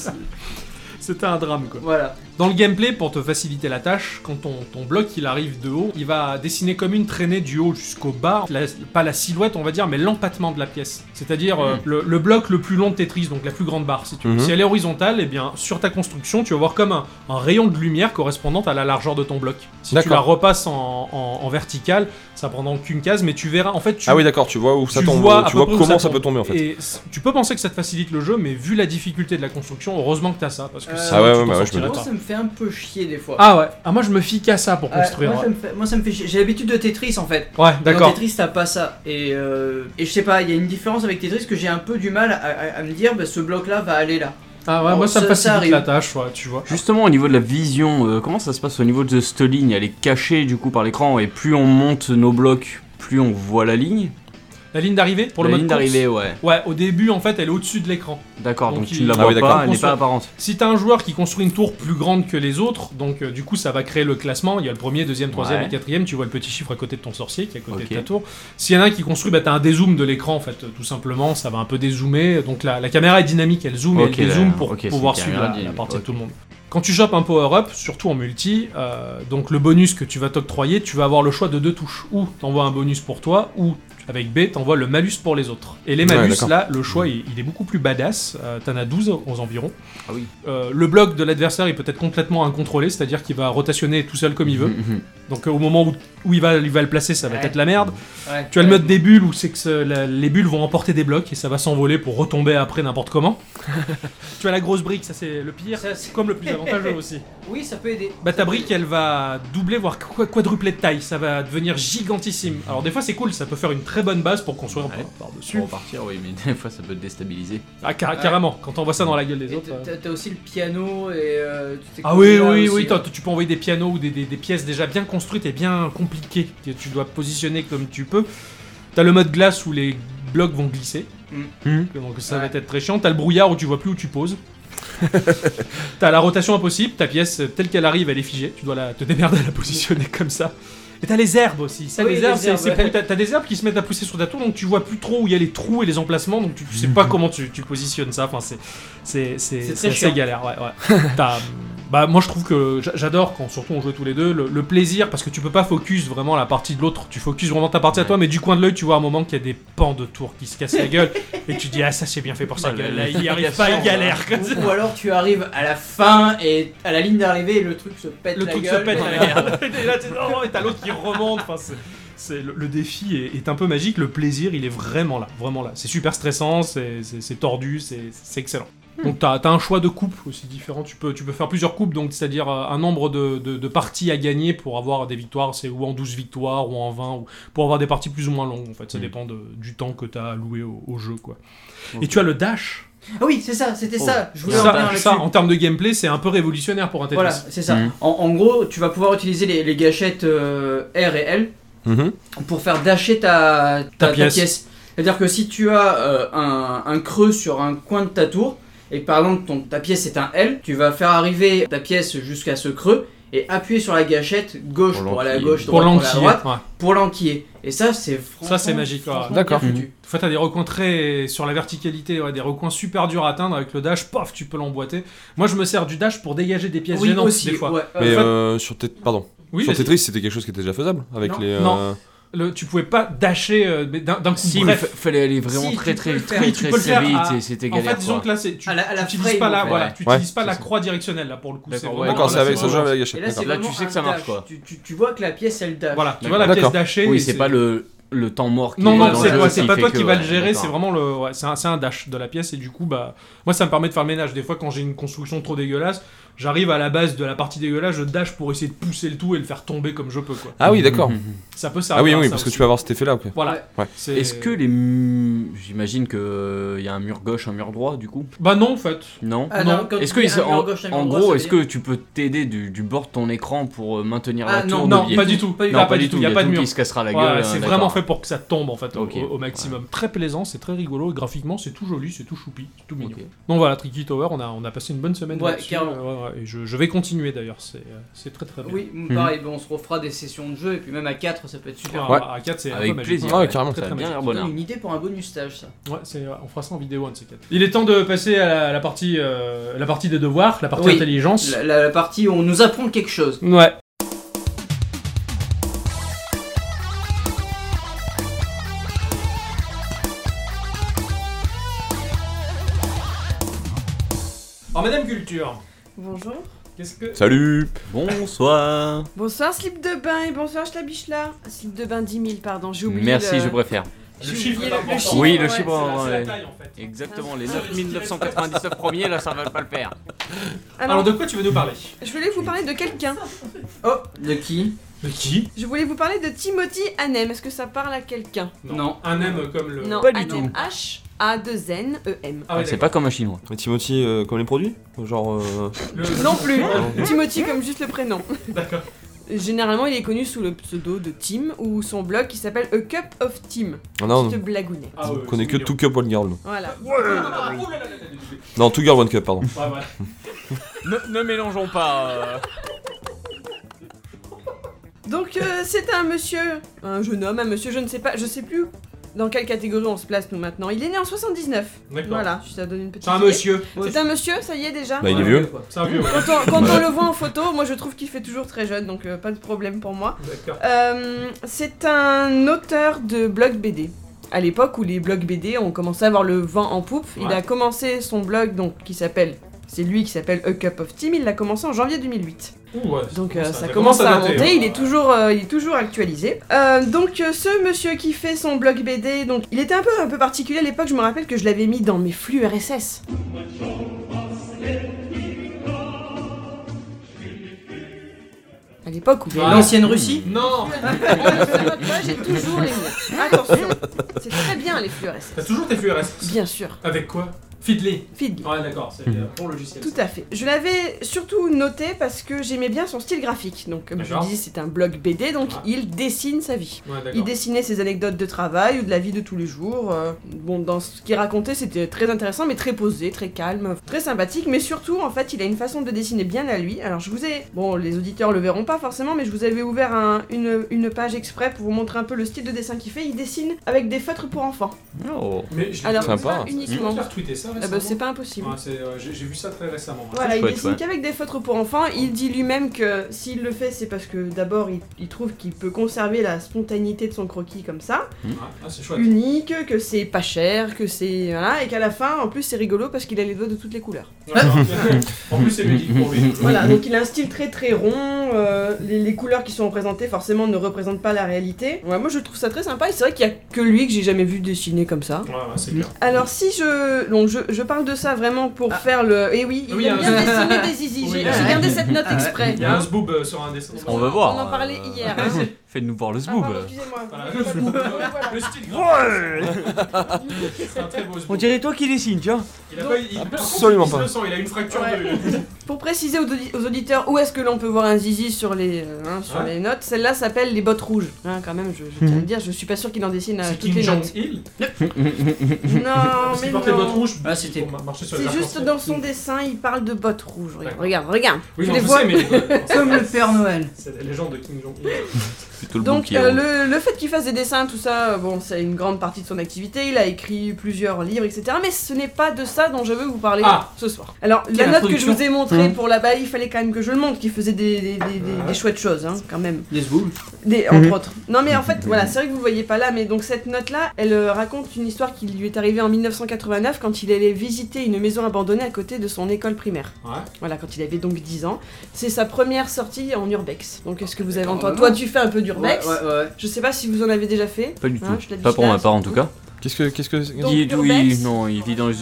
Speaker 5: C'était un drame quoi.
Speaker 8: voilà.
Speaker 5: Dans le gameplay, pour te faciliter la tâche, quand ton, ton bloc il arrive de haut, il va dessiner comme une traînée du haut jusqu'au bas, la- pas la silhouette on va dire, mais l'empattement de la pièce. C'est-à-dire euh,
Speaker 6: Hmm.
Speaker 8: Mhm.
Speaker 5: le, le bloc le plus long de Tetris, donc la plus grande barre si tu veux.
Speaker 6: Mhm.
Speaker 5: Si elle est horizontale, et bien sur ta construction tu vas voir comme un, un rayon de lumière correspondant à la largeur de ton bloc. Si tu
Speaker 6: D'accord.
Speaker 5: la repasses en, en- en verticale, ça prend donc qu'une case, mais tu verras en fait tu
Speaker 6: Ah oui, d'accord, tu vois où ça
Speaker 5: tu
Speaker 6: tombe,
Speaker 5: vois à
Speaker 6: tu
Speaker 5: peu
Speaker 6: vois
Speaker 5: près où
Speaker 6: comment ça,
Speaker 5: tombe.
Speaker 6: peut tomber en fait.
Speaker 5: Et c- tu peux penser que ça te facilite le jeu, mais vu la difficulté de la construction, heureusement que t'as ça. Parce que
Speaker 8: Euh,
Speaker 5: sinon,
Speaker 6: Ah
Speaker 5: tu
Speaker 6: ouais, ouais,
Speaker 5: t'en
Speaker 6: bah ouais, je me
Speaker 5: sortirais
Speaker 8: Moi
Speaker 6: doute.
Speaker 5: pas.
Speaker 8: ça me fait un peu chier des fois.
Speaker 5: Ah ouais, ah, moi je me fie qu'à ça pour
Speaker 8: Ouais,
Speaker 5: construire.
Speaker 8: moi,
Speaker 5: ouais.
Speaker 8: ça me fait- moi, ça me fait chier. J'ai l'habitude de Tetris en fait.
Speaker 5: Ouais,
Speaker 8: Dans
Speaker 5: d'accord.
Speaker 8: Tetris, t'as pas ça. Et, euh, et je sais pas, il y a une différence avec Tetris que j'ai un peu du mal à, à- à me dire, bah, ce bloc-là va aller là.
Speaker 5: Ah ouais,
Speaker 8: Oh,
Speaker 5: moi ça me
Speaker 8: ça- ça
Speaker 5: facilite
Speaker 8: arrive.
Speaker 5: la tâche, ouais, tu vois.
Speaker 7: Justement, au niveau de la vision, euh, comment ça se passe au niveau de cette ligne Elle est cachée du coup par l'écran et plus on monte nos blocs, plus on voit la ligne.
Speaker 5: La ligne d'arrivée pour
Speaker 7: la
Speaker 5: le mode
Speaker 7: ligne
Speaker 5: course
Speaker 7: d'arrivée, ouais.
Speaker 5: Ouais, au début en fait, elle est au-dessus de l'écran.
Speaker 7: D'accord, donc,
Speaker 5: Donc,
Speaker 7: tu
Speaker 5: il-
Speaker 7: ne la
Speaker 5: Ah
Speaker 7: vois
Speaker 6: oui, d'accord.
Speaker 7: pas, elle n'est pas apparente.
Speaker 5: Si t'as un joueur qui construit une tour plus grande que les autres, donc euh, du coup ça va créer le classement. Il y a le premier, deuxième, troisième
Speaker 7: Ouais.
Speaker 5: et quatrième. Tu vois le petit chiffre à côté de ton sorcier qui est à côté
Speaker 7: Ok.
Speaker 5: de ta tour. S'il y en a un qui construit, bah t'as un dézoom de l'écran en fait, euh, tout simplement. Ça va un peu dézoomer. Donc la, la caméra est dynamique, elle zoome
Speaker 7: Ok,
Speaker 5: et elle dézoome
Speaker 7: là,
Speaker 5: pour
Speaker 7: ok, c'est
Speaker 5: pouvoir
Speaker 7: une
Speaker 5: suivre
Speaker 7: caméra
Speaker 5: la, la
Speaker 7: dynamique,
Speaker 5: partie
Speaker 7: ok.
Speaker 5: de tout le monde. Quand tu chopes un power-up, surtout en multi, euh, donc le bonus que tu vas t'octroyer, tu vas avoir le choix de deux touches. Ou t'envoies un bonus pour toi, ou avec B, t'envoies le malus pour les autres. Et les
Speaker 6: Ouais,
Speaker 5: malus,
Speaker 6: d'accord.
Speaker 5: là, le choix, il, il est beaucoup plus badass. Euh, T'en as 12 aux environs.
Speaker 7: Ah oui.
Speaker 5: Euh, le bloc de l'adversaire, il peut être complètement incontrôlé, c'est-à-dire qu'il va rotationner tout seul comme il
Speaker 7: *laughs*
Speaker 5: veut.
Speaker 7: Mhm.
Speaker 5: Donc euh, au moment où, où il, va, il va le placer, ça va
Speaker 8: Ouais.
Speaker 5: être la merde.
Speaker 8: Ouais.
Speaker 5: Tu as le mode des bulles où c'est que ce- la- les bulles vont emporter des blocs et ça va s'envoler pour retomber après n'importe comment. *laughs* tu as la grosse brique, ça c'est le pire.
Speaker 8: Ça, c'est-
Speaker 5: Comme le plus avantageux aussi.
Speaker 8: Oui, ça peut aider.
Speaker 5: Bah ta brique elle va doubler voire qu- quadrupler de taille, ça va devenir gigantissime. Alors des fois c'est cool, ça peut faire une très bonne base pour construire
Speaker 7: Ouais.
Speaker 5: par- par-dessus.
Speaker 7: Pour repartir, oui, mais *laughs* des fois ça peut te déstabiliser.
Speaker 5: Ah car- carrément, quand on voit ça dans la gueule des
Speaker 8: Et
Speaker 5: autres.
Speaker 8: t'as-
Speaker 5: euh.
Speaker 8: t'as- T'as aussi le piano et. euh, toutes ces
Speaker 5: Ah oui,
Speaker 8: choses-là
Speaker 5: oui,
Speaker 8: aussi,
Speaker 5: oui,
Speaker 8: hein.
Speaker 5: toi, tu peux envoyer des pianos ou des, des- des pièces déjà bien construites et bien compliquées, que tu dois positionner comme tu peux. T'as le mode glace où les blocs vont glisser,
Speaker 7: Mhm.
Speaker 5: donc ça
Speaker 8: Mm. Ouais.
Speaker 5: va être très chiant. T'as le brouillard où tu vois plus où tu poses. t'as la rotation impossible, ta pièce euh, telle qu'elle arrive elle est figée, tu dois la, te démerder à la positionner comme ça. Et t'as les herbes aussi, ça,
Speaker 8: Oui,
Speaker 5: les
Speaker 8: les
Speaker 5: herbes, c'est-
Speaker 8: herbes,
Speaker 5: c'est
Speaker 8: ouais.
Speaker 5: pour- t'as t'as des herbes qui se mettent à pousser sur ta tour donc tu vois plus trop où il y a les trous et les emplacements donc tu, tu sais pas comment tu, tu positionnes ça, enfin c'est c'est
Speaker 8: C'est
Speaker 5: c'est-
Speaker 8: très
Speaker 5: c'est
Speaker 8: chiant.
Speaker 5: assez galère, ouais, ouais. *laughs* T'as- bah moi je trouve que j'a- j'adore quand surtout on joue tous les deux le, le plaisir parce que tu peux pas focus vraiment la partie de l'autre tu focuses vraiment ta partie à toi mais du coin de l'œil tu vois un moment qu'il y a des pans de tour qui se cassent la gueule et tu dis ah ça c'est bien fait pour ça
Speaker 7: Bah,
Speaker 5: gueule
Speaker 7: le-
Speaker 5: là, il y
Speaker 8: *laughs*
Speaker 7: le-
Speaker 5: arrive pas il
Speaker 7: l'action,
Speaker 5: galère comme ça.
Speaker 8: Ou, ou alors tu arrives à la fin et à la ligne d'arrivée et le truc se pète
Speaker 5: le
Speaker 8: la
Speaker 5: truc se
Speaker 8: gueule.
Speaker 5: pète à la gueule
Speaker 8: *laughs*
Speaker 5: et là t'es non et t'as l'autre qui remonte enfin c'est c'est- le, le défi est, est un peu magique le plaisir il est vraiment là vraiment là c'est super stressant c'est c'est- c'est tordu c'est c'est excellent
Speaker 8: Hmm.
Speaker 5: donc t'as as un choix de coupe aussi différent, tu peux, tu peux faire plusieurs coupes, donc c'est-à-dire euh, un nombre de, de- de parties à gagner pour avoir des victoires, c'est ou en 12 victoires ou en 20, ou pour avoir des parties plus ou moins longues en fait, ça
Speaker 8: Hmm.
Speaker 7: Mm.
Speaker 5: dépend de- du temps que t'as alloué au, au jeu quoi.
Speaker 7: Ok.
Speaker 5: Et tu as le dash,
Speaker 8: Ah oui, c'est ça, c'était
Speaker 7: Oh.
Speaker 8: ça. Je voulais en venir
Speaker 5: ça,
Speaker 8: là-dessus.
Speaker 5: ça, en termes de gameplay c'est un peu révolutionnaire pour un Tetris.
Speaker 8: Voilà, c'est ça.
Speaker 7: Mhm.
Speaker 8: En, en gros, tu vas pouvoir utiliser les, les gâchettes euh, R et L
Speaker 5: euh,
Speaker 6: Mhm.
Speaker 8: pour faire dasher
Speaker 5: Ta
Speaker 8: ta, ta, ta
Speaker 5: pièce.
Speaker 8: pièce. C'est-à-dire que si tu as euh, un, un creux sur un coin de ta tour, et que par exemple ton, ta pièce est un L, tu vas faire arriver ta pièce jusqu'à ce creux et appuyer sur la gâchette gauche
Speaker 7: Pour
Speaker 8: pour, aller à
Speaker 7: l'enquiller.
Speaker 8: gauche,
Speaker 5: Pour
Speaker 8: droite pour aller à
Speaker 5: l'enquiller,
Speaker 8: droite,
Speaker 5: ouais.
Speaker 8: pour l'enquiller. Et ça, c'est franchement-
Speaker 5: c'est magique, Mhm. ouais.
Speaker 8: franchement
Speaker 6: D'accord.
Speaker 8: bien foutu.
Speaker 5: Des fois, t'as des recoins très sur la verticalité, ouais, des recoins super durs à atteindre avec le dash. Paf, tu peux l'emboîter. Moi, je me sers du dash pour dégager des pièces
Speaker 8: Oui,
Speaker 5: gênantes
Speaker 8: aussi,
Speaker 5: des fois.
Speaker 8: ouais.
Speaker 6: Mais
Speaker 5: En fait-
Speaker 6: euh, sur, Tet- pardon.
Speaker 5: Oui,
Speaker 6: sur
Speaker 5: vas-y.
Speaker 6: Tetris, c'était quelque chose qui était déjà faisable avec
Speaker 8: Non.
Speaker 6: les.
Speaker 5: Non.
Speaker 6: euh,
Speaker 5: Le- tu pouvais pas dasher euh, mais d'un d'un coup.
Speaker 7: Si, mais
Speaker 5: bref.
Speaker 7: fa- fallait aller vraiment
Speaker 8: Si,
Speaker 7: très
Speaker 8: tu
Speaker 7: très
Speaker 8: peux le
Speaker 7: très
Speaker 8: faire.
Speaker 7: très,
Speaker 5: Oui, tu peux le faire
Speaker 7: vite
Speaker 5: à-
Speaker 7: et c'était
Speaker 5: En
Speaker 7: galère.
Speaker 5: fait, disons
Speaker 7: quoi.
Speaker 5: que là, c'est- tu
Speaker 8: À la- à la
Speaker 5: n'utilises
Speaker 8: frame,
Speaker 5: pas la,
Speaker 8: en fait.
Speaker 5: voilà,
Speaker 7: Ouais.
Speaker 5: tu utilises
Speaker 6: Ouais,
Speaker 5: pas
Speaker 7: c'est
Speaker 5: la
Speaker 7: ça.
Speaker 5: croix directionnelle Ah, là pour le coup.
Speaker 7: D'accord,
Speaker 5: c'est
Speaker 7: ouais,
Speaker 5: vraiment un
Speaker 6: D'accord, c'est avec,
Speaker 5: dash.
Speaker 6: ça joue avec la
Speaker 8: Et
Speaker 6: gâchette.
Speaker 8: là, c'est
Speaker 6: d'accord.
Speaker 7: Là, bah, tu
Speaker 8: vraiment
Speaker 7: sais que
Speaker 8: un
Speaker 7: ça marche,
Speaker 8: dash.
Speaker 7: quoi.
Speaker 8: Tu, tu- tu vois que la pièce, elle dash.
Speaker 5: Voilà, tu vois la
Speaker 6: D'accord.
Speaker 5: pièce dashée. et
Speaker 7: Oui, c'est pas le, le temps mort qui
Speaker 5: Non,
Speaker 7: est
Speaker 5: non,
Speaker 7: dans
Speaker 5: c'est
Speaker 7: le
Speaker 5: toi,
Speaker 7: jeu
Speaker 5: c'est pas
Speaker 7: fait
Speaker 5: toi
Speaker 7: que,
Speaker 5: qui va le
Speaker 7: ouais,
Speaker 5: gérer,
Speaker 7: d'accord.
Speaker 5: c'est vraiment le, ouais, c'est un, c'est un dash de la pièce et du coup, bah, moi ça me permet de faire le ménage. Des fois, quand j'ai une construction trop dégueulasse, J'arrive à la base de la partie dégueulasse, je dash pour essayer de pousser le tout et le faire tomber comme je peux, quoi.
Speaker 6: Ah oui, d'accord.
Speaker 5: Ça peut servir.
Speaker 6: Ah oui,
Speaker 5: à
Speaker 6: oui,
Speaker 5: ça
Speaker 6: parce que
Speaker 5: aussi.
Speaker 6: tu vas avoir cet effet-là, ok.
Speaker 5: Voilà.
Speaker 6: Ouais.
Speaker 5: C'est-
Speaker 7: Est-ce que les. mu- J'imagine qu'il y a un mur gauche, un mur droit, du coup
Speaker 5: Bah non, en fait.
Speaker 7: Non
Speaker 9: Ah
Speaker 5: Non.
Speaker 9: non, quand
Speaker 7: Est-ce
Speaker 9: tu
Speaker 7: que.
Speaker 9: dis
Speaker 7: ils-
Speaker 9: un mur
Speaker 7: en,
Speaker 9: gauche, un mur
Speaker 7: en
Speaker 9: droit,
Speaker 7: gros,
Speaker 9: ça
Speaker 7: est-ce
Speaker 9: veut
Speaker 7: que tu peux t'aider du, du bord de ton écran pour euh, maintenir
Speaker 9: Ah,
Speaker 7: la tour
Speaker 9: On
Speaker 5: Non,
Speaker 7: de
Speaker 9: oublie.
Speaker 5: pas
Speaker 7: biais
Speaker 5: du tout.
Speaker 9: Pas du
Speaker 5: Il
Speaker 9: tout.
Speaker 5: n'y a
Speaker 7: Non,
Speaker 5: pas du tout. Il n'y a pas de
Speaker 7: tout
Speaker 5: mur.
Speaker 7: qui se cassera la
Speaker 5: Ouais,
Speaker 7: gueule.
Speaker 5: c'est
Speaker 7: euh,
Speaker 5: vraiment
Speaker 7: d'accord.
Speaker 5: fait pour que ça tombe en fait au-
Speaker 7: Ok.
Speaker 5: au, au maximum. Très plaisant, c'est très rigolo. Et graphiquement, c'est tout joli, c'est tout choupi, c'est tout mignon.
Speaker 7: Ok.
Speaker 5: Donc voilà, Tricky Tower, on a, on a passé une bonne semaine.
Speaker 9: Ouais,
Speaker 5: là-dessus.
Speaker 9: carrément.
Speaker 5: Euh, ouais, ouais. Et je, je vais continuer d'ailleurs, c'est euh, c'est très très bien.
Speaker 9: Oui,
Speaker 7: Mhm.
Speaker 9: pareil, bon, on se refera des sessions de jeu et puis même à 4, ça peut être super.
Speaker 5: Ouais, À 4, c'est un
Speaker 7: Avec
Speaker 5: peu magique.
Speaker 7: plaisir.
Speaker 6: Ah ouais,
Speaker 7: ouais.
Speaker 6: carrément,
Speaker 7: Ça
Speaker 5: très,
Speaker 7: a
Speaker 5: très
Speaker 7: bien l'air
Speaker 9: C'est
Speaker 7: bonheur.
Speaker 9: une idée pour un bonus stage, ça.
Speaker 5: Ouais, c'est- on fera ça en vidéo un de ces quatre. Il est temps de passer à la, la partie, euh, la partie des devoirs, la partie
Speaker 9: Oui.
Speaker 5: intelligence.
Speaker 9: La, la- la partie où on nous apprend quelque chose.
Speaker 5: Ouais. Alors, Madame Culture,
Speaker 8: Bonjour.
Speaker 5: qu'est-ce que.
Speaker 6: Salut
Speaker 7: Bonsoir.
Speaker 8: Bonsoir slip de bain et bonsoir Schlabichla. Slip de bain 10 000, pardon, j'ai oublié.
Speaker 7: Merci,
Speaker 8: le-
Speaker 7: je préfère.
Speaker 5: Le
Speaker 8: j'ai
Speaker 5: chiffre
Speaker 8: oublié
Speaker 5: est
Speaker 8: le- le
Speaker 5: important.
Speaker 8: chiffre,
Speaker 7: Oui, le
Speaker 8: ouais.
Speaker 7: chiffre,
Speaker 5: C'est la, c'est la
Speaker 7: ouais.
Speaker 5: taille en fait.
Speaker 7: Exactement, les 9999 premiers, là, ça va pas le faire.
Speaker 8: Alors,
Speaker 5: Alors, de quoi tu veux nous parler
Speaker 8: je voulais vous parler de quelqu'un.
Speaker 9: Oh, de qui
Speaker 5: De qui
Speaker 8: Je voulais vous parler de Timothy Hanem. Est-ce que ça parle à quelqu'un
Speaker 9: Non.
Speaker 5: Un M comme le.
Speaker 8: Non,
Speaker 7: Pas du tout.
Speaker 8: Hanem. H A 2 N E M.
Speaker 5: Ah ouais,
Speaker 7: C'est pas comme un chinois.
Speaker 6: Et Timothy, euh, comme les produits Genre. euh,
Speaker 5: d'accord. Le-
Speaker 8: Non plus.
Speaker 6: Non.
Speaker 8: Timothy comme juste le prénom.
Speaker 5: Ah D'accord.
Speaker 8: Généralement, il est connu sous le pseudo de Tim ou son blog qui s'appelle A Cup of Tim.
Speaker 6: Ah non,
Speaker 8: Petite
Speaker 6: non.
Speaker 8: blagounette.
Speaker 5: Ah
Speaker 6: on
Speaker 5: ouais,
Speaker 6: connaît
Speaker 5: c'est
Speaker 6: que
Speaker 5: mignon.
Speaker 6: Two Cup One Girl. nous.
Speaker 8: Voilà.
Speaker 5: Ouais, ouais, ouais, ouais, ouais, ouais, ouais, ouais, ouais.
Speaker 6: Non, Two Girl One Cup, *laughs* pardon.
Speaker 5: Ouais, ouais.
Speaker 7: Ne, ne mélangeons pas. euh,
Speaker 8: Donc euh, c'est un monsieur, un jeune homme, un monsieur, je ne sais pas, je sais plus dans quelle catégorie on se place nous maintenant. Il est né en 79.
Speaker 5: D'accord.
Speaker 8: Voilà, je ça donne une petite.
Speaker 5: C'est un
Speaker 8: idée.
Speaker 5: monsieur.
Speaker 8: C'est un monsieur, ça y est déjà.
Speaker 6: Bah, il est vieux.
Speaker 9: quoi.
Speaker 5: C'est un vieux, ouais.
Speaker 8: Quand, on, quand on
Speaker 6: Ouais.
Speaker 8: le voit en photo, moi je trouve qu'il fait toujours très jeune, donc euh, pas de problème pour moi.
Speaker 5: D'accord.
Speaker 8: Euh, c'est un auteur de blog BD. À l'époque où les blogs BD ont commencé à avoir le vent en poupe, il
Speaker 5: Ouais.
Speaker 8: a commencé son blog donc qui s'appelle, c'est lui qui s'appelle A Cup of Team. Il l'a commencé en janvier 2008.
Speaker 5: Ouh, ouais,
Speaker 8: Donc euh, ça
Speaker 5: dater.
Speaker 8: commence à
Speaker 5: dater,
Speaker 8: monter,
Speaker 5: hein.
Speaker 8: il est toujours, euh, il est toujours actualisé. Euh, donc euh, ce monsieur qui fait son blog BD, donc il était un peu, un peu particulier à l'époque. Je me rappelle que je l'avais mis dans mes flux RSS. À l'époque où il y avait
Speaker 5: Ah.
Speaker 9: L'ancienne Russie
Speaker 5: Non
Speaker 8: Moi, j'ai toujours les miens. Attention, c'est très bien les flux RSS.
Speaker 5: T'as toujours tes flux RSS
Speaker 8: Bien sûr,
Speaker 5: Avec quoi Feedly.
Speaker 8: feed.
Speaker 5: Ouais, d'accord, c'est
Speaker 6: Hmm.
Speaker 5: euh, pour le logiciel.
Speaker 8: Tout à fait. Je l'avais surtout noté parce que j'aimais bien son style graphique. Donc, comme je
Speaker 5: D'accord.
Speaker 8: dis, c'est un blog BD, donc
Speaker 5: Ouais.
Speaker 9: Ah.
Speaker 8: il dessine sa vie.
Speaker 5: Ouais,
Speaker 8: Il
Speaker 5: d'accord.
Speaker 8: dessinait ses anecdotes de travail ou de la vie de tous les jours. euh, Bon, dans ce qu'il racontait, c'était très intéressant, mais très posé, très calme, très sympathique. Mais surtout, en fait, il a une façon de dessiner bien à lui. Alors, je vous ai. Bon, les auditeurs le verront pas forcément, mais je vous avais ouvert un- une, une page exprès pour vous montrer un peu le style de dessin qu'il fait. Il dessine avec des feutres pour enfants.
Speaker 7: Non.
Speaker 5: Mais j'ai
Speaker 8: Alors,
Speaker 6: Sympa.
Speaker 8: pas
Speaker 5: Tu
Speaker 8: uniquement.
Speaker 5: peux faire tweeter ça
Speaker 8: Ah
Speaker 5: récemment
Speaker 8: bah, c'est pas impossible.
Speaker 5: Ouais, c'est, euh, J'ai j'ai vu ça très récemment. ouais.
Speaker 8: Voilà, il
Speaker 7: chouette,
Speaker 8: dessine
Speaker 7: ouais.
Speaker 8: qu'avec des feutres pour enfants. Il dit lui-même que s'il le fait, c'est parce que d'abord, il, il trouve qu'il peut conserver la spontanéité de son croquis comme ça.
Speaker 5: Ouais, ah, c'est
Speaker 8: *laughs*
Speaker 5: chouette.
Speaker 8: unique, que c'est pas cher, que c'est. Voilà, et qu'à la fin, en plus, c'est rigolo parce qu'il a les doigts de toutes les couleurs.
Speaker 5: Ouais, en plus, c'est ludique pour
Speaker 9: Mhm.
Speaker 5: lui.
Speaker 8: Voilà, donc il a un style très très rond, euh, les, les couleurs qui sont représentées forcément ne représentent pas la réalité. Ouais, moi je trouve ça très sympa et c'est vrai qu'il y a que lui que j'ai jamais vu dessiner comme ça.
Speaker 5: Ouais, ouais, c'est clair. Ah.
Speaker 8: Alors si je. Donc je, je parle de ça vraiment pour faire le. Eh oui, il
Speaker 5: Oui,
Speaker 8: aime
Speaker 5: hein.
Speaker 8: bien dessiner *laughs* des zizi,
Speaker 5: Oui,
Speaker 8: j'ai
Speaker 5: hein.
Speaker 8: j'ai gardé cette note
Speaker 9: Ah ouais. Oh.
Speaker 8: exprès.
Speaker 5: Il y a un zboob euh, sur un dessin.
Speaker 7: On va voir.
Speaker 8: On en parlait
Speaker 7: euh,
Speaker 8: hier, hein.
Speaker 7: *laughs* Faites-nous voir le
Speaker 8: Ah,
Speaker 7: zboob.
Speaker 8: pardon, excusez-moi.
Speaker 5: Voilà,
Speaker 8: Je-
Speaker 5: le zboob. Le style graphique. C'est un très beau zboob.
Speaker 7: toi qui dessine, tiens.
Speaker 5: Il a pas- il- par contre,
Speaker 6: Absolument
Speaker 5: il
Speaker 6: pas.
Speaker 5: se sent, Il a une fracture
Speaker 8: Ouais.
Speaker 5: de.
Speaker 8: Pour préciser aux, audi- aux auditeurs où est-ce que l'on peut voir un zizi sur les, euh, hein, sur
Speaker 9: Ah.
Speaker 5: Ouais.
Speaker 8: les notes, celle-là s'appelle les bottes rouges. Hein, quand même, je, je tiens à
Speaker 9: Mhm.
Speaker 8: le dire, je suis pas sûr qu'il en dessine à
Speaker 5: C'est
Speaker 8: toutes
Speaker 5: Kim
Speaker 9: *laughs*
Speaker 8: les notes.
Speaker 5: Jong-il
Speaker 8: Non,
Speaker 5: Parce
Speaker 8: mais
Speaker 5: qu'il portait votre
Speaker 8: non.
Speaker 5: rouge
Speaker 9: Ah, c'était-
Speaker 5: pour ma- marcher sur les
Speaker 8: C'est juste
Speaker 5: arcs-en-ciel.
Speaker 8: dans son dessin, il parle de bottes rouges. Regarde,
Speaker 5: D'accord.
Speaker 8: regarde, regarde.
Speaker 5: Oui,
Speaker 8: Tu
Speaker 5: non,
Speaker 8: les
Speaker 5: je
Speaker 8: vois
Speaker 5: sais,
Speaker 8: *laughs*
Speaker 5: mais.
Speaker 9: Comme le Père Noël.
Speaker 5: C'est la légende de Kim Jong-il.
Speaker 7: Plutôt le
Speaker 8: Donc
Speaker 7: bouclier,
Speaker 8: euh,
Speaker 7: hein.
Speaker 8: le, le fait qu'il fasse des dessins, tout ça, euh, bon, c'est une grande partie de son activité. Il a écrit plusieurs livres, etc. Mais ce n'est pas de ça dont je veux vous parler
Speaker 5: Ah.
Speaker 8: ce soir. Alors la
Speaker 9: Quelle
Speaker 8: note que je
Speaker 9: introduction. Hein.
Speaker 8: vous ai montrée pour la baille, il fallait quand même que je le montre, qu'il faisait des, des- des- des- des chouettes choses, hein, quand même.
Speaker 9: Des zboules.
Speaker 8: Des- entre autres. Non mais en fait, voilà, c'est vrai que vous le voyez pas là, mais donc cette note-là, elle euh, raconte une histoire qui lui est arrivée en 1989 quand il allait visiter une maison abandonnée à côté de son école primaire.
Speaker 5: Ouais.
Speaker 8: Voilà, quand il avait donc 10 ans. C'est sa première sortie en urbex. Donc est-ce que vous avez
Speaker 9: D'accord,
Speaker 8: entendu
Speaker 9: vraiment.
Speaker 8: Toi, tu fais un peu d'urbex.
Speaker 9: Ouais, ouais, ouais.
Speaker 8: Je sais pas si vous en avez déjà fait.
Speaker 7: Pas du
Speaker 8: Hein,
Speaker 7: tout.
Speaker 8: je te le dis
Speaker 7: pas pour
Speaker 8: là,
Speaker 7: ma part en tout
Speaker 8: surtout.
Speaker 7: cas.
Speaker 6: Qu'est-ce que. Qu'est-ce que.
Speaker 8: Donc,
Speaker 7: il, oui,
Speaker 8: urbex.
Speaker 7: non, il vit dans les.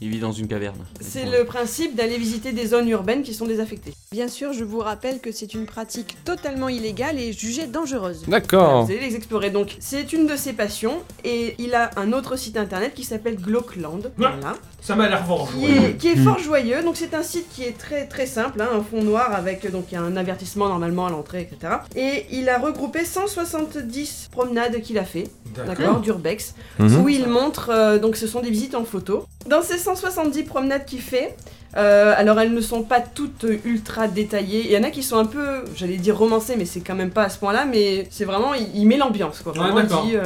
Speaker 7: Il vit dans une caverne.
Speaker 8: C'est le principe d'aller visiter des zones urbaines qui sont désaffectées.
Speaker 10: Bien sûr, je vous rappelle que c'est une pratique totalement illégale et jugée dangereuse.
Speaker 8: Voilà,
Speaker 6: D'accord.
Speaker 8: Vous allez les explorer. Donc, c'est une de ses passions et il a un autre site internet qui s'appelle Glockland. Voilà.
Speaker 5: Ça m'a l'air vendu.
Speaker 8: qui est, qui est fort joyeux. Donc c'est un site qui est très très simple, hein, un fond noir avec donc il y a un avertissement normalement à l'entrée, etc. Et il a regroupé 170 promenades qu'il a fait, d'accord, d'urbex,
Speaker 6: Mhm.
Speaker 8: où il montre euh, donc ce sont des visites en photo. Dans ces 170 promenades qu'il fait. euh, alors elles ne sont pas toutes euh, ultra détaillées, il y en a qui sont un peu, j'allais dire romancées, mais c'est quand même pas à ce point-là, mais c'est vraiment, il, il met l'ambiance quoi.
Speaker 5: Ouais,
Speaker 8: Vraiment, il
Speaker 5: d'accord.
Speaker 8: dit, euh,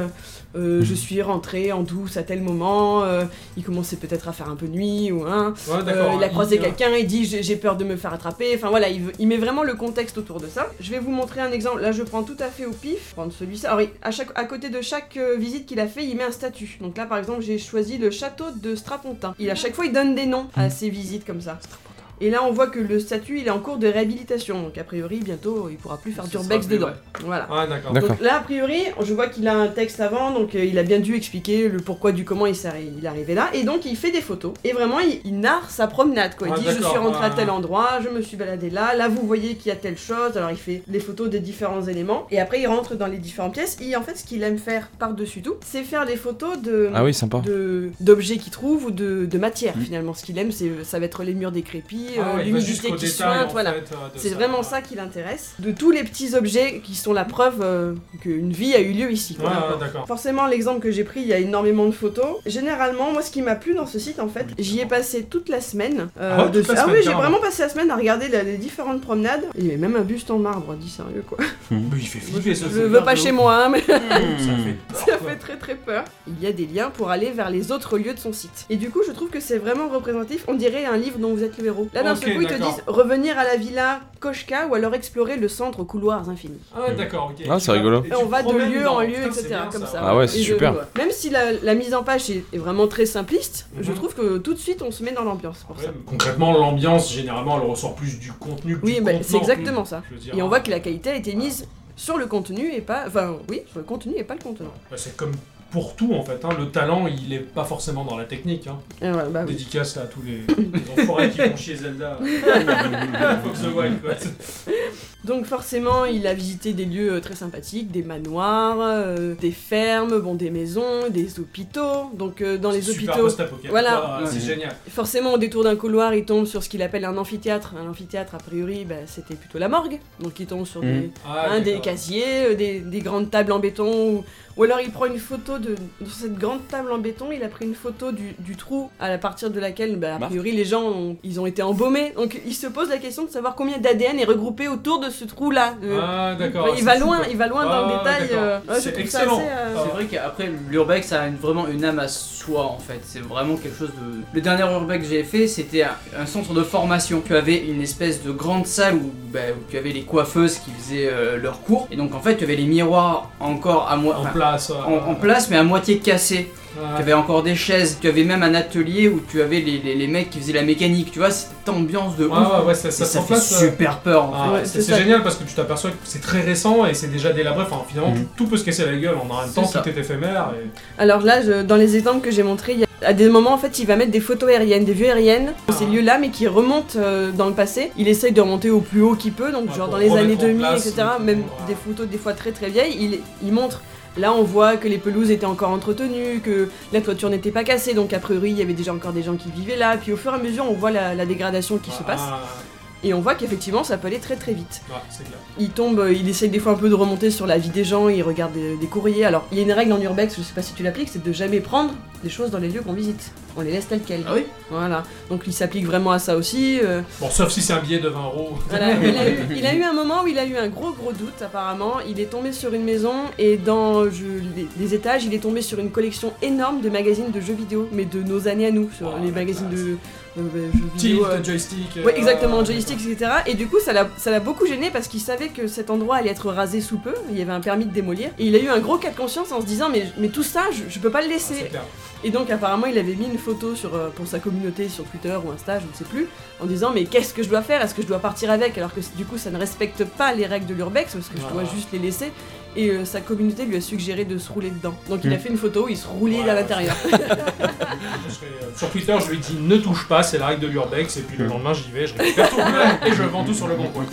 Speaker 8: euh, je suis rentré en douce à tel moment, euh, il commençait peut-être à faire un peu nuit ou un.
Speaker 5: Ouais,
Speaker 8: Euh,
Speaker 5: d'accord. hein,
Speaker 8: il a croisé quelqu'un, il dit j'ai j'ai peur de me faire attraper. Enfin voilà, il, veut- il met vraiment le contexte autour de ça. Je vais vous montrer un exemple. Là, je prends tout à fait au pif. Je vais Prendre celui-ci. Alors, il- à, chaque, à côté de chaque euh, visite qu'il a fait, il met un statut. Donc là, par exemple, j'ai choisi le château de Strapontin. Il à chaque fois, il donne des noms
Speaker 5: Hmm.
Speaker 8: à ses visites comme ça. Et là, on voit que le statut, il est en cours de réhabilitation. Donc a priori, bientôt, il pourra plus faire
Speaker 5: Ça
Speaker 8: d'urbex
Speaker 5: sera plus,
Speaker 8: dedans.
Speaker 5: ouais.
Speaker 8: Voilà.
Speaker 5: Ouais, d'accord.
Speaker 6: D'accord.
Speaker 8: Donc là, a priori, je vois qu'il a un texte avant, donc euh, il a bien dû expliquer le pourquoi du comment il, s'arri- il est arrivé là. Et donc il fait des photos. Et vraiment, il, il narre sa promenade, quoi. Il
Speaker 5: Ah,
Speaker 8: dit Je
Speaker 5: d'accord,
Speaker 8: suis rentré à
Speaker 5: ouais.
Speaker 8: tel endroit, je me suis baladé là, là vous voyez qu'il y a telle chose. Alors il fait les photos des différents éléments. Et après, il rentre dans les différentes pièces. Et en fait, ce qu'il aime faire par-dessus tout, c'est faire des photos de.
Speaker 6: Ah oui, sympa.
Speaker 8: de- d'objets qu'il trouve ou de, de matière finalement ce qu'il aime c'est ça va être les murs décrépits
Speaker 5: Ah
Speaker 8: euh,
Speaker 5: ouais, il va
Speaker 8: l'humidité
Speaker 5: jusqu'au
Speaker 8: qui
Speaker 5: détail,
Speaker 8: suinte
Speaker 5: en
Speaker 8: voilà
Speaker 5: fait, euh, de
Speaker 8: c'est vraiment ça qui l'intéresse. De tous les petits objets qui sont la preuve euh, qu'une vie a eu lieu ici.
Speaker 5: Ouais,
Speaker 8: quoi.
Speaker 5: ouais, d'accord.
Speaker 8: Forcément, l'exemple que j'ai pris, il y a énormément de photos. Généralement, moi, ce qui m'a plu dans ce site, en fait, j'y ai passé toute la semaine. euh,
Speaker 5: Ah ouais, toute la
Speaker 8: Ah
Speaker 5: semaine,
Speaker 8: oui, j'ai
Speaker 5: carrément.
Speaker 8: vraiment passé la semaine à regarder la- les différentes promenades. Il y avait même un buste en marbre, dis sérieux quoi.
Speaker 5: Mais il fait flipper ce
Speaker 8: Je
Speaker 5: truc.
Speaker 8: veux pas chez moi,
Speaker 7: *laughs*
Speaker 8: hein, mais
Speaker 5: Ça fait peur,
Speaker 8: ça
Speaker 5: quoi.
Speaker 8: fait très très peur. Il y a des liens pour aller vers les autres lieux de son site. Et du coup, je trouve que c'est vraiment représentatif. On dirait un livre dont vous êtes le héros. Là, d'un
Speaker 5: Ok,
Speaker 8: seul coup, ils te
Speaker 5: d'accord.
Speaker 8: disent revenir à la villa Koshka ou alors explorer le centre aux couloirs infinis.
Speaker 5: Ah, ouais, d'accord, ok.
Speaker 6: Ah, c'est
Speaker 5: Tu vas-
Speaker 6: rigolo.
Speaker 5: tu
Speaker 8: Et on va de
Speaker 5: promènes
Speaker 8: lieu
Speaker 5: dans-
Speaker 8: en lieu,
Speaker 5: Putain,
Speaker 8: etc.
Speaker 5: c'est bien,
Speaker 8: comme ça.
Speaker 6: Ah ouais, c'est
Speaker 8: Et je-
Speaker 6: super.
Speaker 8: ouais. Même si la, la mise en page est est vraiment très simpliste, je
Speaker 5: Mhm.
Speaker 8: trouve que tout de suite on se met dans l'ambiance pour
Speaker 5: Ouais,
Speaker 8: ça.
Speaker 5: mais Concrètement, l'ambiance, généralement, elle ressort plus du contenu que
Speaker 8: Oui,
Speaker 5: du
Speaker 8: bah,
Speaker 5: contenant.
Speaker 8: c'est exactement ça.
Speaker 5: Je veux dire, euh,
Speaker 8: Et on voit que la qualité a été mise sur le contenu et pas. Enfin, oui, sur le contenu et pas le contenant.
Speaker 5: bah, c'est comme pour tout, en fait. hein. Le talent, il est pas forcément dans la technique. Hein.
Speaker 8: Et voilà, bah oui.
Speaker 5: Dédicace là, à tous les, les enfoirés qui vont chez Zelda.
Speaker 8: *laughs*
Speaker 5: euh, Fox the Wild, quoi.
Speaker 8: Donc forcément, il a visité des lieux euh, très sympathiques, des manoirs, euh, des fermes, bon, des maisons, des hôpitaux. Donc euh, dans les
Speaker 5: C'est super
Speaker 8: hôpitaux,
Speaker 5: post-apocalyptique,
Speaker 8: Voilà.
Speaker 5: quoi.
Speaker 7: Ouais.
Speaker 6: Mmh.
Speaker 5: C'est génial.
Speaker 8: forcément au détour d'un couloir, il tombe sur ce qu'il appelle un amphithéâtre. Un amphithéâtre, a priori, bah, c'était plutôt la morgue. Donc il tombe sur
Speaker 7: Mhm.
Speaker 8: des,
Speaker 5: Ah,
Speaker 8: hein, des
Speaker 5: d'accord.
Speaker 8: casiers, euh, des, des grandes tables en béton, ou, ou alors il prend une photo de, de cette grande table en béton, il a pris une photo du, du trou à la partir de laquelle, bah, a
Speaker 7: Marc.
Speaker 8: priori, les gens ont, ils ont été embaumés. Donc il se pose la question de savoir combien d'ADN est regroupé autour de ce trou-là. Euh,
Speaker 5: Ah, d'accord.
Speaker 8: il, va loin, il va loin dans le
Speaker 5: Ah,
Speaker 8: détail.
Speaker 5: d'accord.
Speaker 8: euh, ouais, je
Speaker 5: C'est
Speaker 8: trouve ça
Speaker 5: excellent.
Speaker 8: assez, euh,
Speaker 5: Ah.
Speaker 11: C'est vrai qu'après l'urbex ça a une- vraiment une âme à soi en fait. C'est vraiment quelque chose de. Le dernier urbex que j'ai fait c'était un, un centre de formation. Tu avais une espèce de grande salle où, bah, où tu avais les coiffeuses qui faisaient euh, leurs cours. Et donc en fait tu avais les miroirs encore à moi.
Speaker 5: En
Speaker 11: enfin,
Speaker 5: place. euh,
Speaker 11: en- en place mais à moitié cassés.
Speaker 5: ah,
Speaker 11: Tu avais encore des chaises, tu avais même un atelier où tu avais les, les- les mecs qui faisaient la mécanique, tu vois, cette ambiance de
Speaker 5: Ah, Ouais,
Speaker 11: ouf.
Speaker 5: ouais, ouais, ça,
Speaker 11: Et
Speaker 5: ça,
Speaker 11: ça
Speaker 5: prend
Speaker 11: fait
Speaker 5: place. euh,
Speaker 11: super peur en fait.
Speaker 5: Ah,
Speaker 8: Ouais,
Speaker 5: c'est
Speaker 8: c'est
Speaker 5: c'est
Speaker 8: ça.
Speaker 5: génial parce que tu t'aperçois que c'est très récent et c'est déjà délabré. Enfin, finalement,
Speaker 7: Mhm.
Speaker 5: tout peut se casser la gueule en un
Speaker 11: C'est
Speaker 5: temps,
Speaker 11: ça.
Speaker 5: tout est éphémère. et-
Speaker 8: Alors là, je- dans les exemples que j'ai montrés, il y a- à des moments, en fait, il va mettre des photos aériennes, des vues aériennes, de
Speaker 5: Ah.
Speaker 8: ces lieux-là, mais qui remontent euh, dans le passé. Il essaye de remonter au plus haut qu'il peut, donc
Speaker 5: Ouais,
Speaker 8: genre
Speaker 5: Ah, pour
Speaker 8: dans les
Speaker 5: remettre
Speaker 8: années
Speaker 5: en
Speaker 8: 2000,
Speaker 5: place,
Speaker 8: etc.
Speaker 5: oui,
Speaker 8: Même
Speaker 5: pour-
Speaker 8: des photos des fois très très vieilles, il, il montre. Là, on voit que les pelouses étaient encore entretenues, que la toiture n'était pas cassée, donc a priori, il y avait déjà encore des gens qui vivaient là. Puis au fur et à mesure, on voit la, la dégradation qui se
Speaker 5: Ah,
Speaker 8: passe,
Speaker 5: ah,
Speaker 8: et on voit qu'effectivement, ça peut aller très très vite
Speaker 5: ah, c'est clair.
Speaker 8: il tombe, euh, il essaye des fois un peu de remonter sur la vie des gens, il regarde des, des courriers. Alors, il y a une règle en urbex, je sais pas si tu l'appliques, c'est de jamais prendre des choses dans les lieux qu'on visite. On les laisse telles quelles.
Speaker 11: Ah oui
Speaker 8: Voilà. Donc, il s'applique vraiment à ça aussi. euh,
Speaker 5: Bon, sauf si c'est un billet de 20 euros.
Speaker 8: voilà. il, a eu, il a eu un moment où il a eu un gros gros doute, apparemment. Il est tombé sur une maison et dans je- les, les étages, il est tombé sur une collection énorme de magazines de jeux vidéo, mais de nos années à nous, sur
Speaker 5: Oh,
Speaker 8: les
Speaker 5: la
Speaker 8: magazines
Speaker 5: classe.
Speaker 8: de, de- de jeux vidéo.
Speaker 5: *laughs* Tilt,
Speaker 8: euh,
Speaker 5: joystick.
Speaker 8: Ouais,
Speaker 5: euh,
Speaker 8: exactement, joystick, etc. Et du coup, ça l'a ça l'a beaucoup gêné parce qu'il savait que cet endroit allait être rasé sous peu. Il y avait un permis de démolir. Et il a eu un gros cas de conscience en se disant Mais, mais tout ça, je, je peux pas le
Speaker 5: ah, C'est
Speaker 8: laisser.
Speaker 5: clair.
Speaker 8: Et donc, apparemment, il avait mis une photo sur, euh, pour sa communauté sur Twitter ou Insta, je ne sais plus, en disant Mais qu'est-ce que je dois faire Est-ce que je dois partir avec Alors que du coup, ça ne respecte pas les règles de l'urbex parce que je dois
Speaker 5: Ah.
Speaker 8: juste les laisser.
Speaker 12: et euh, sa communauté lui a suggéré de se rouler dedans. Donc
Speaker 8: Hmm.
Speaker 12: il a fait une photo où il se roulait
Speaker 5: Ouais.
Speaker 12: à l'intérieur.
Speaker 5: Je serai, euh, Sur Twitter, je lui dis ne touche pas, c'est la règle de l'urbex, et puis le lendemain, j'y vais, je récupère tout le bled et je vends tout sur le bon coin.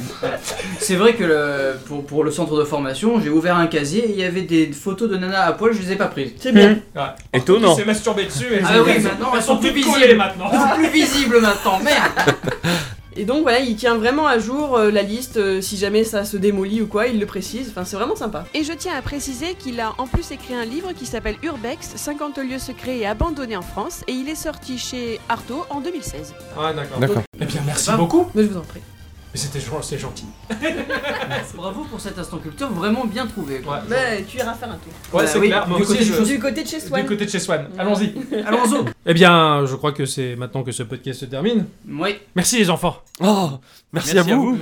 Speaker 8: C'est vrai que le- pour, pour le centre de formation, j'ai ouvert un casier et il y avait des photos de nana à poil, je les ai pas prises.
Speaker 12: C'est bien.
Speaker 5: Il
Speaker 7: Étonnant.
Speaker 5: s'est masturbé dessus et
Speaker 8: Ah
Speaker 5: elles
Speaker 8: oui,
Speaker 5: sont-
Speaker 8: maintenant,
Speaker 5: elles sont
Speaker 8: plus
Speaker 5: toutes
Speaker 8: visibles.
Speaker 5: collées maintenant.
Speaker 8: Plus visible maintenant, merde
Speaker 12: Et donc voilà, il tient vraiment à jour euh, la liste, euh, si jamais ça se démolit ou quoi, il le précise, enfin c'est vraiment sympa.
Speaker 13: Et je tiens à préciser qu'il a en plus écrit un livre qui s'appelle Urbex, 50 lieux secrets et abandonnés en France, et il est sorti chez Artaud en 2016.
Speaker 5: Ah, d'accord.
Speaker 6: D'accord.
Speaker 5: Eh bien, merci
Speaker 8: Ah.
Speaker 5: beaucoup.
Speaker 12: Mais je vous en prie.
Speaker 5: Mais c'était gen- c'est gentil.
Speaker 8: Bravo pour cet instant culture, vraiment bien trouvé. quoi.
Speaker 5: Ouais,
Speaker 12: Mais Bah, tu iras faire un tour.
Speaker 5: ouais c'est
Speaker 8: Bah oui,
Speaker 5: clair. Moi
Speaker 8: du
Speaker 5: aussi,
Speaker 8: côté
Speaker 5: je-
Speaker 8: du
Speaker 12: Du côté de chez
Speaker 5: du
Speaker 12: Swan.
Speaker 5: côté de chez Swan. Allons-y.
Speaker 8: Allons-y
Speaker 5: Eh bien, je crois que c'est maintenant que ce podcast se termine.
Speaker 8: Oui,
Speaker 5: Merci les enfants.
Speaker 7: Oh,
Speaker 6: Ah,
Speaker 7: merci, à vous.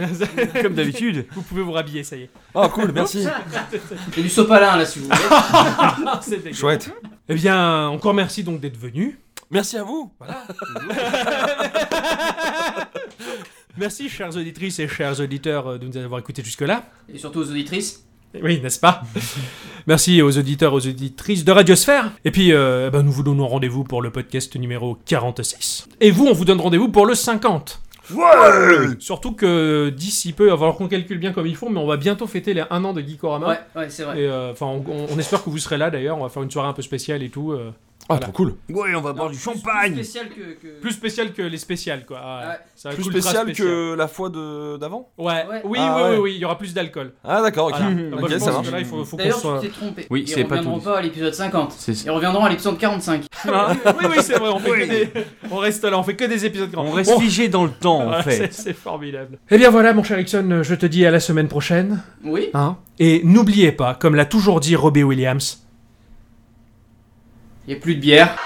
Speaker 7: Comme d'habitude.
Speaker 5: Vous pouvez vous rhabiller, ça y est.
Speaker 6: Oh, cool, merci.
Speaker 8: il y a du sopalin là si vous voulez.
Speaker 5: *laughs* Ah, c'est dégueu.
Speaker 6: Chouette.
Speaker 5: Eh bien, encore merci donc d'être venus.
Speaker 7: Merci à vous.
Speaker 5: Merci, chères auditrices et chers auditeurs, euh, de nous avoir écoutés jusque-là.
Speaker 8: Et surtout aux auditrices.
Speaker 5: Oui, n'est-ce pas Merci aux auditeurs, aux auditrices de Radiosphère. Et puis, euh, eh ben, nous vous donnons rendez-vous pour le podcast numéro 46. Et vous, on vous donne rendez-vous pour le 50. Ouais Surtout que euh, d'ici peu, alors qu'on calcule bien comme il faut, mais on va bientôt fêter les 1 an de Geekorama.
Speaker 8: Ouais, ouais, c'est vrai.
Speaker 5: Ah bah. Et euh, enfin, on- on, on espère que vous serez là d'ailleurs. On va faire une soirée un peu spéciale et tout. euh,
Speaker 6: Ah,
Speaker 5: Voilà.
Speaker 6: trop cool.
Speaker 7: Ouais, on va boire du
Speaker 8: Plus- plus
Speaker 7: champagne.
Speaker 8: spécial que- que-
Speaker 5: plus spéciale que les spéciales, quoi. Ah,
Speaker 8: Ouais.
Speaker 5: ça va être
Speaker 6: Plus
Speaker 5: ultra
Speaker 6: spécial que la fois de- d'avant
Speaker 5: Ouais.
Speaker 8: Ouais.
Speaker 5: Oui,
Speaker 6: Ah,
Speaker 5: oui, oui,
Speaker 6: ouais.
Speaker 5: oui, Il y aura plus d'alcool.
Speaker 6: Ah, d'accord, ok.
Speaker 5: Voilà.
Speaker 7: Mhm.
Speaker 5: Moi,
Speaker 6: Ok,
Speaker 5: je
Speaker 6: ça
Speaker 5: pense que
Speaker 6: marche.
Speaker 5: là, il faut, faut qu'on
Speaker 8: D'ailleurs,
Speaker 5: soit.
Speaker 8: tu t'es trompé.
Speaker 7: Oui,
Speaker 8: Ils
Speaker 7: c'est pas
Speaker 8: reviendront
Speaker 7: tout.
Speaker 8: pas à l'épisode 50.
Speaker 7: C'est ça.
Speaker 8: Ils reviendront à l'épisode 45.
Speaker 7: Hein
Speaker 5: Ah, oui, oui, c'est vrai, on, fait que des- on reste là, on fait que des épisodes grands.
Speaker 7: On reste
Speaker 5: Bon,
Speaker 8: Oh.
Speaker 7: figé dans le temps, en
Speaker 5: voilà,
Speaker 7: fait.
Speaker 5: c'est- C'est formidable. Eh bien voilà, mon cher Ixon, euh, je te dis à la semaine prochaine.
Speaker 8: Oui,
Speaker 5: hein. et n'oubliez pas, comme l'a toujours dit Robbie Williams,
Speaker 8: il y a plus de bière.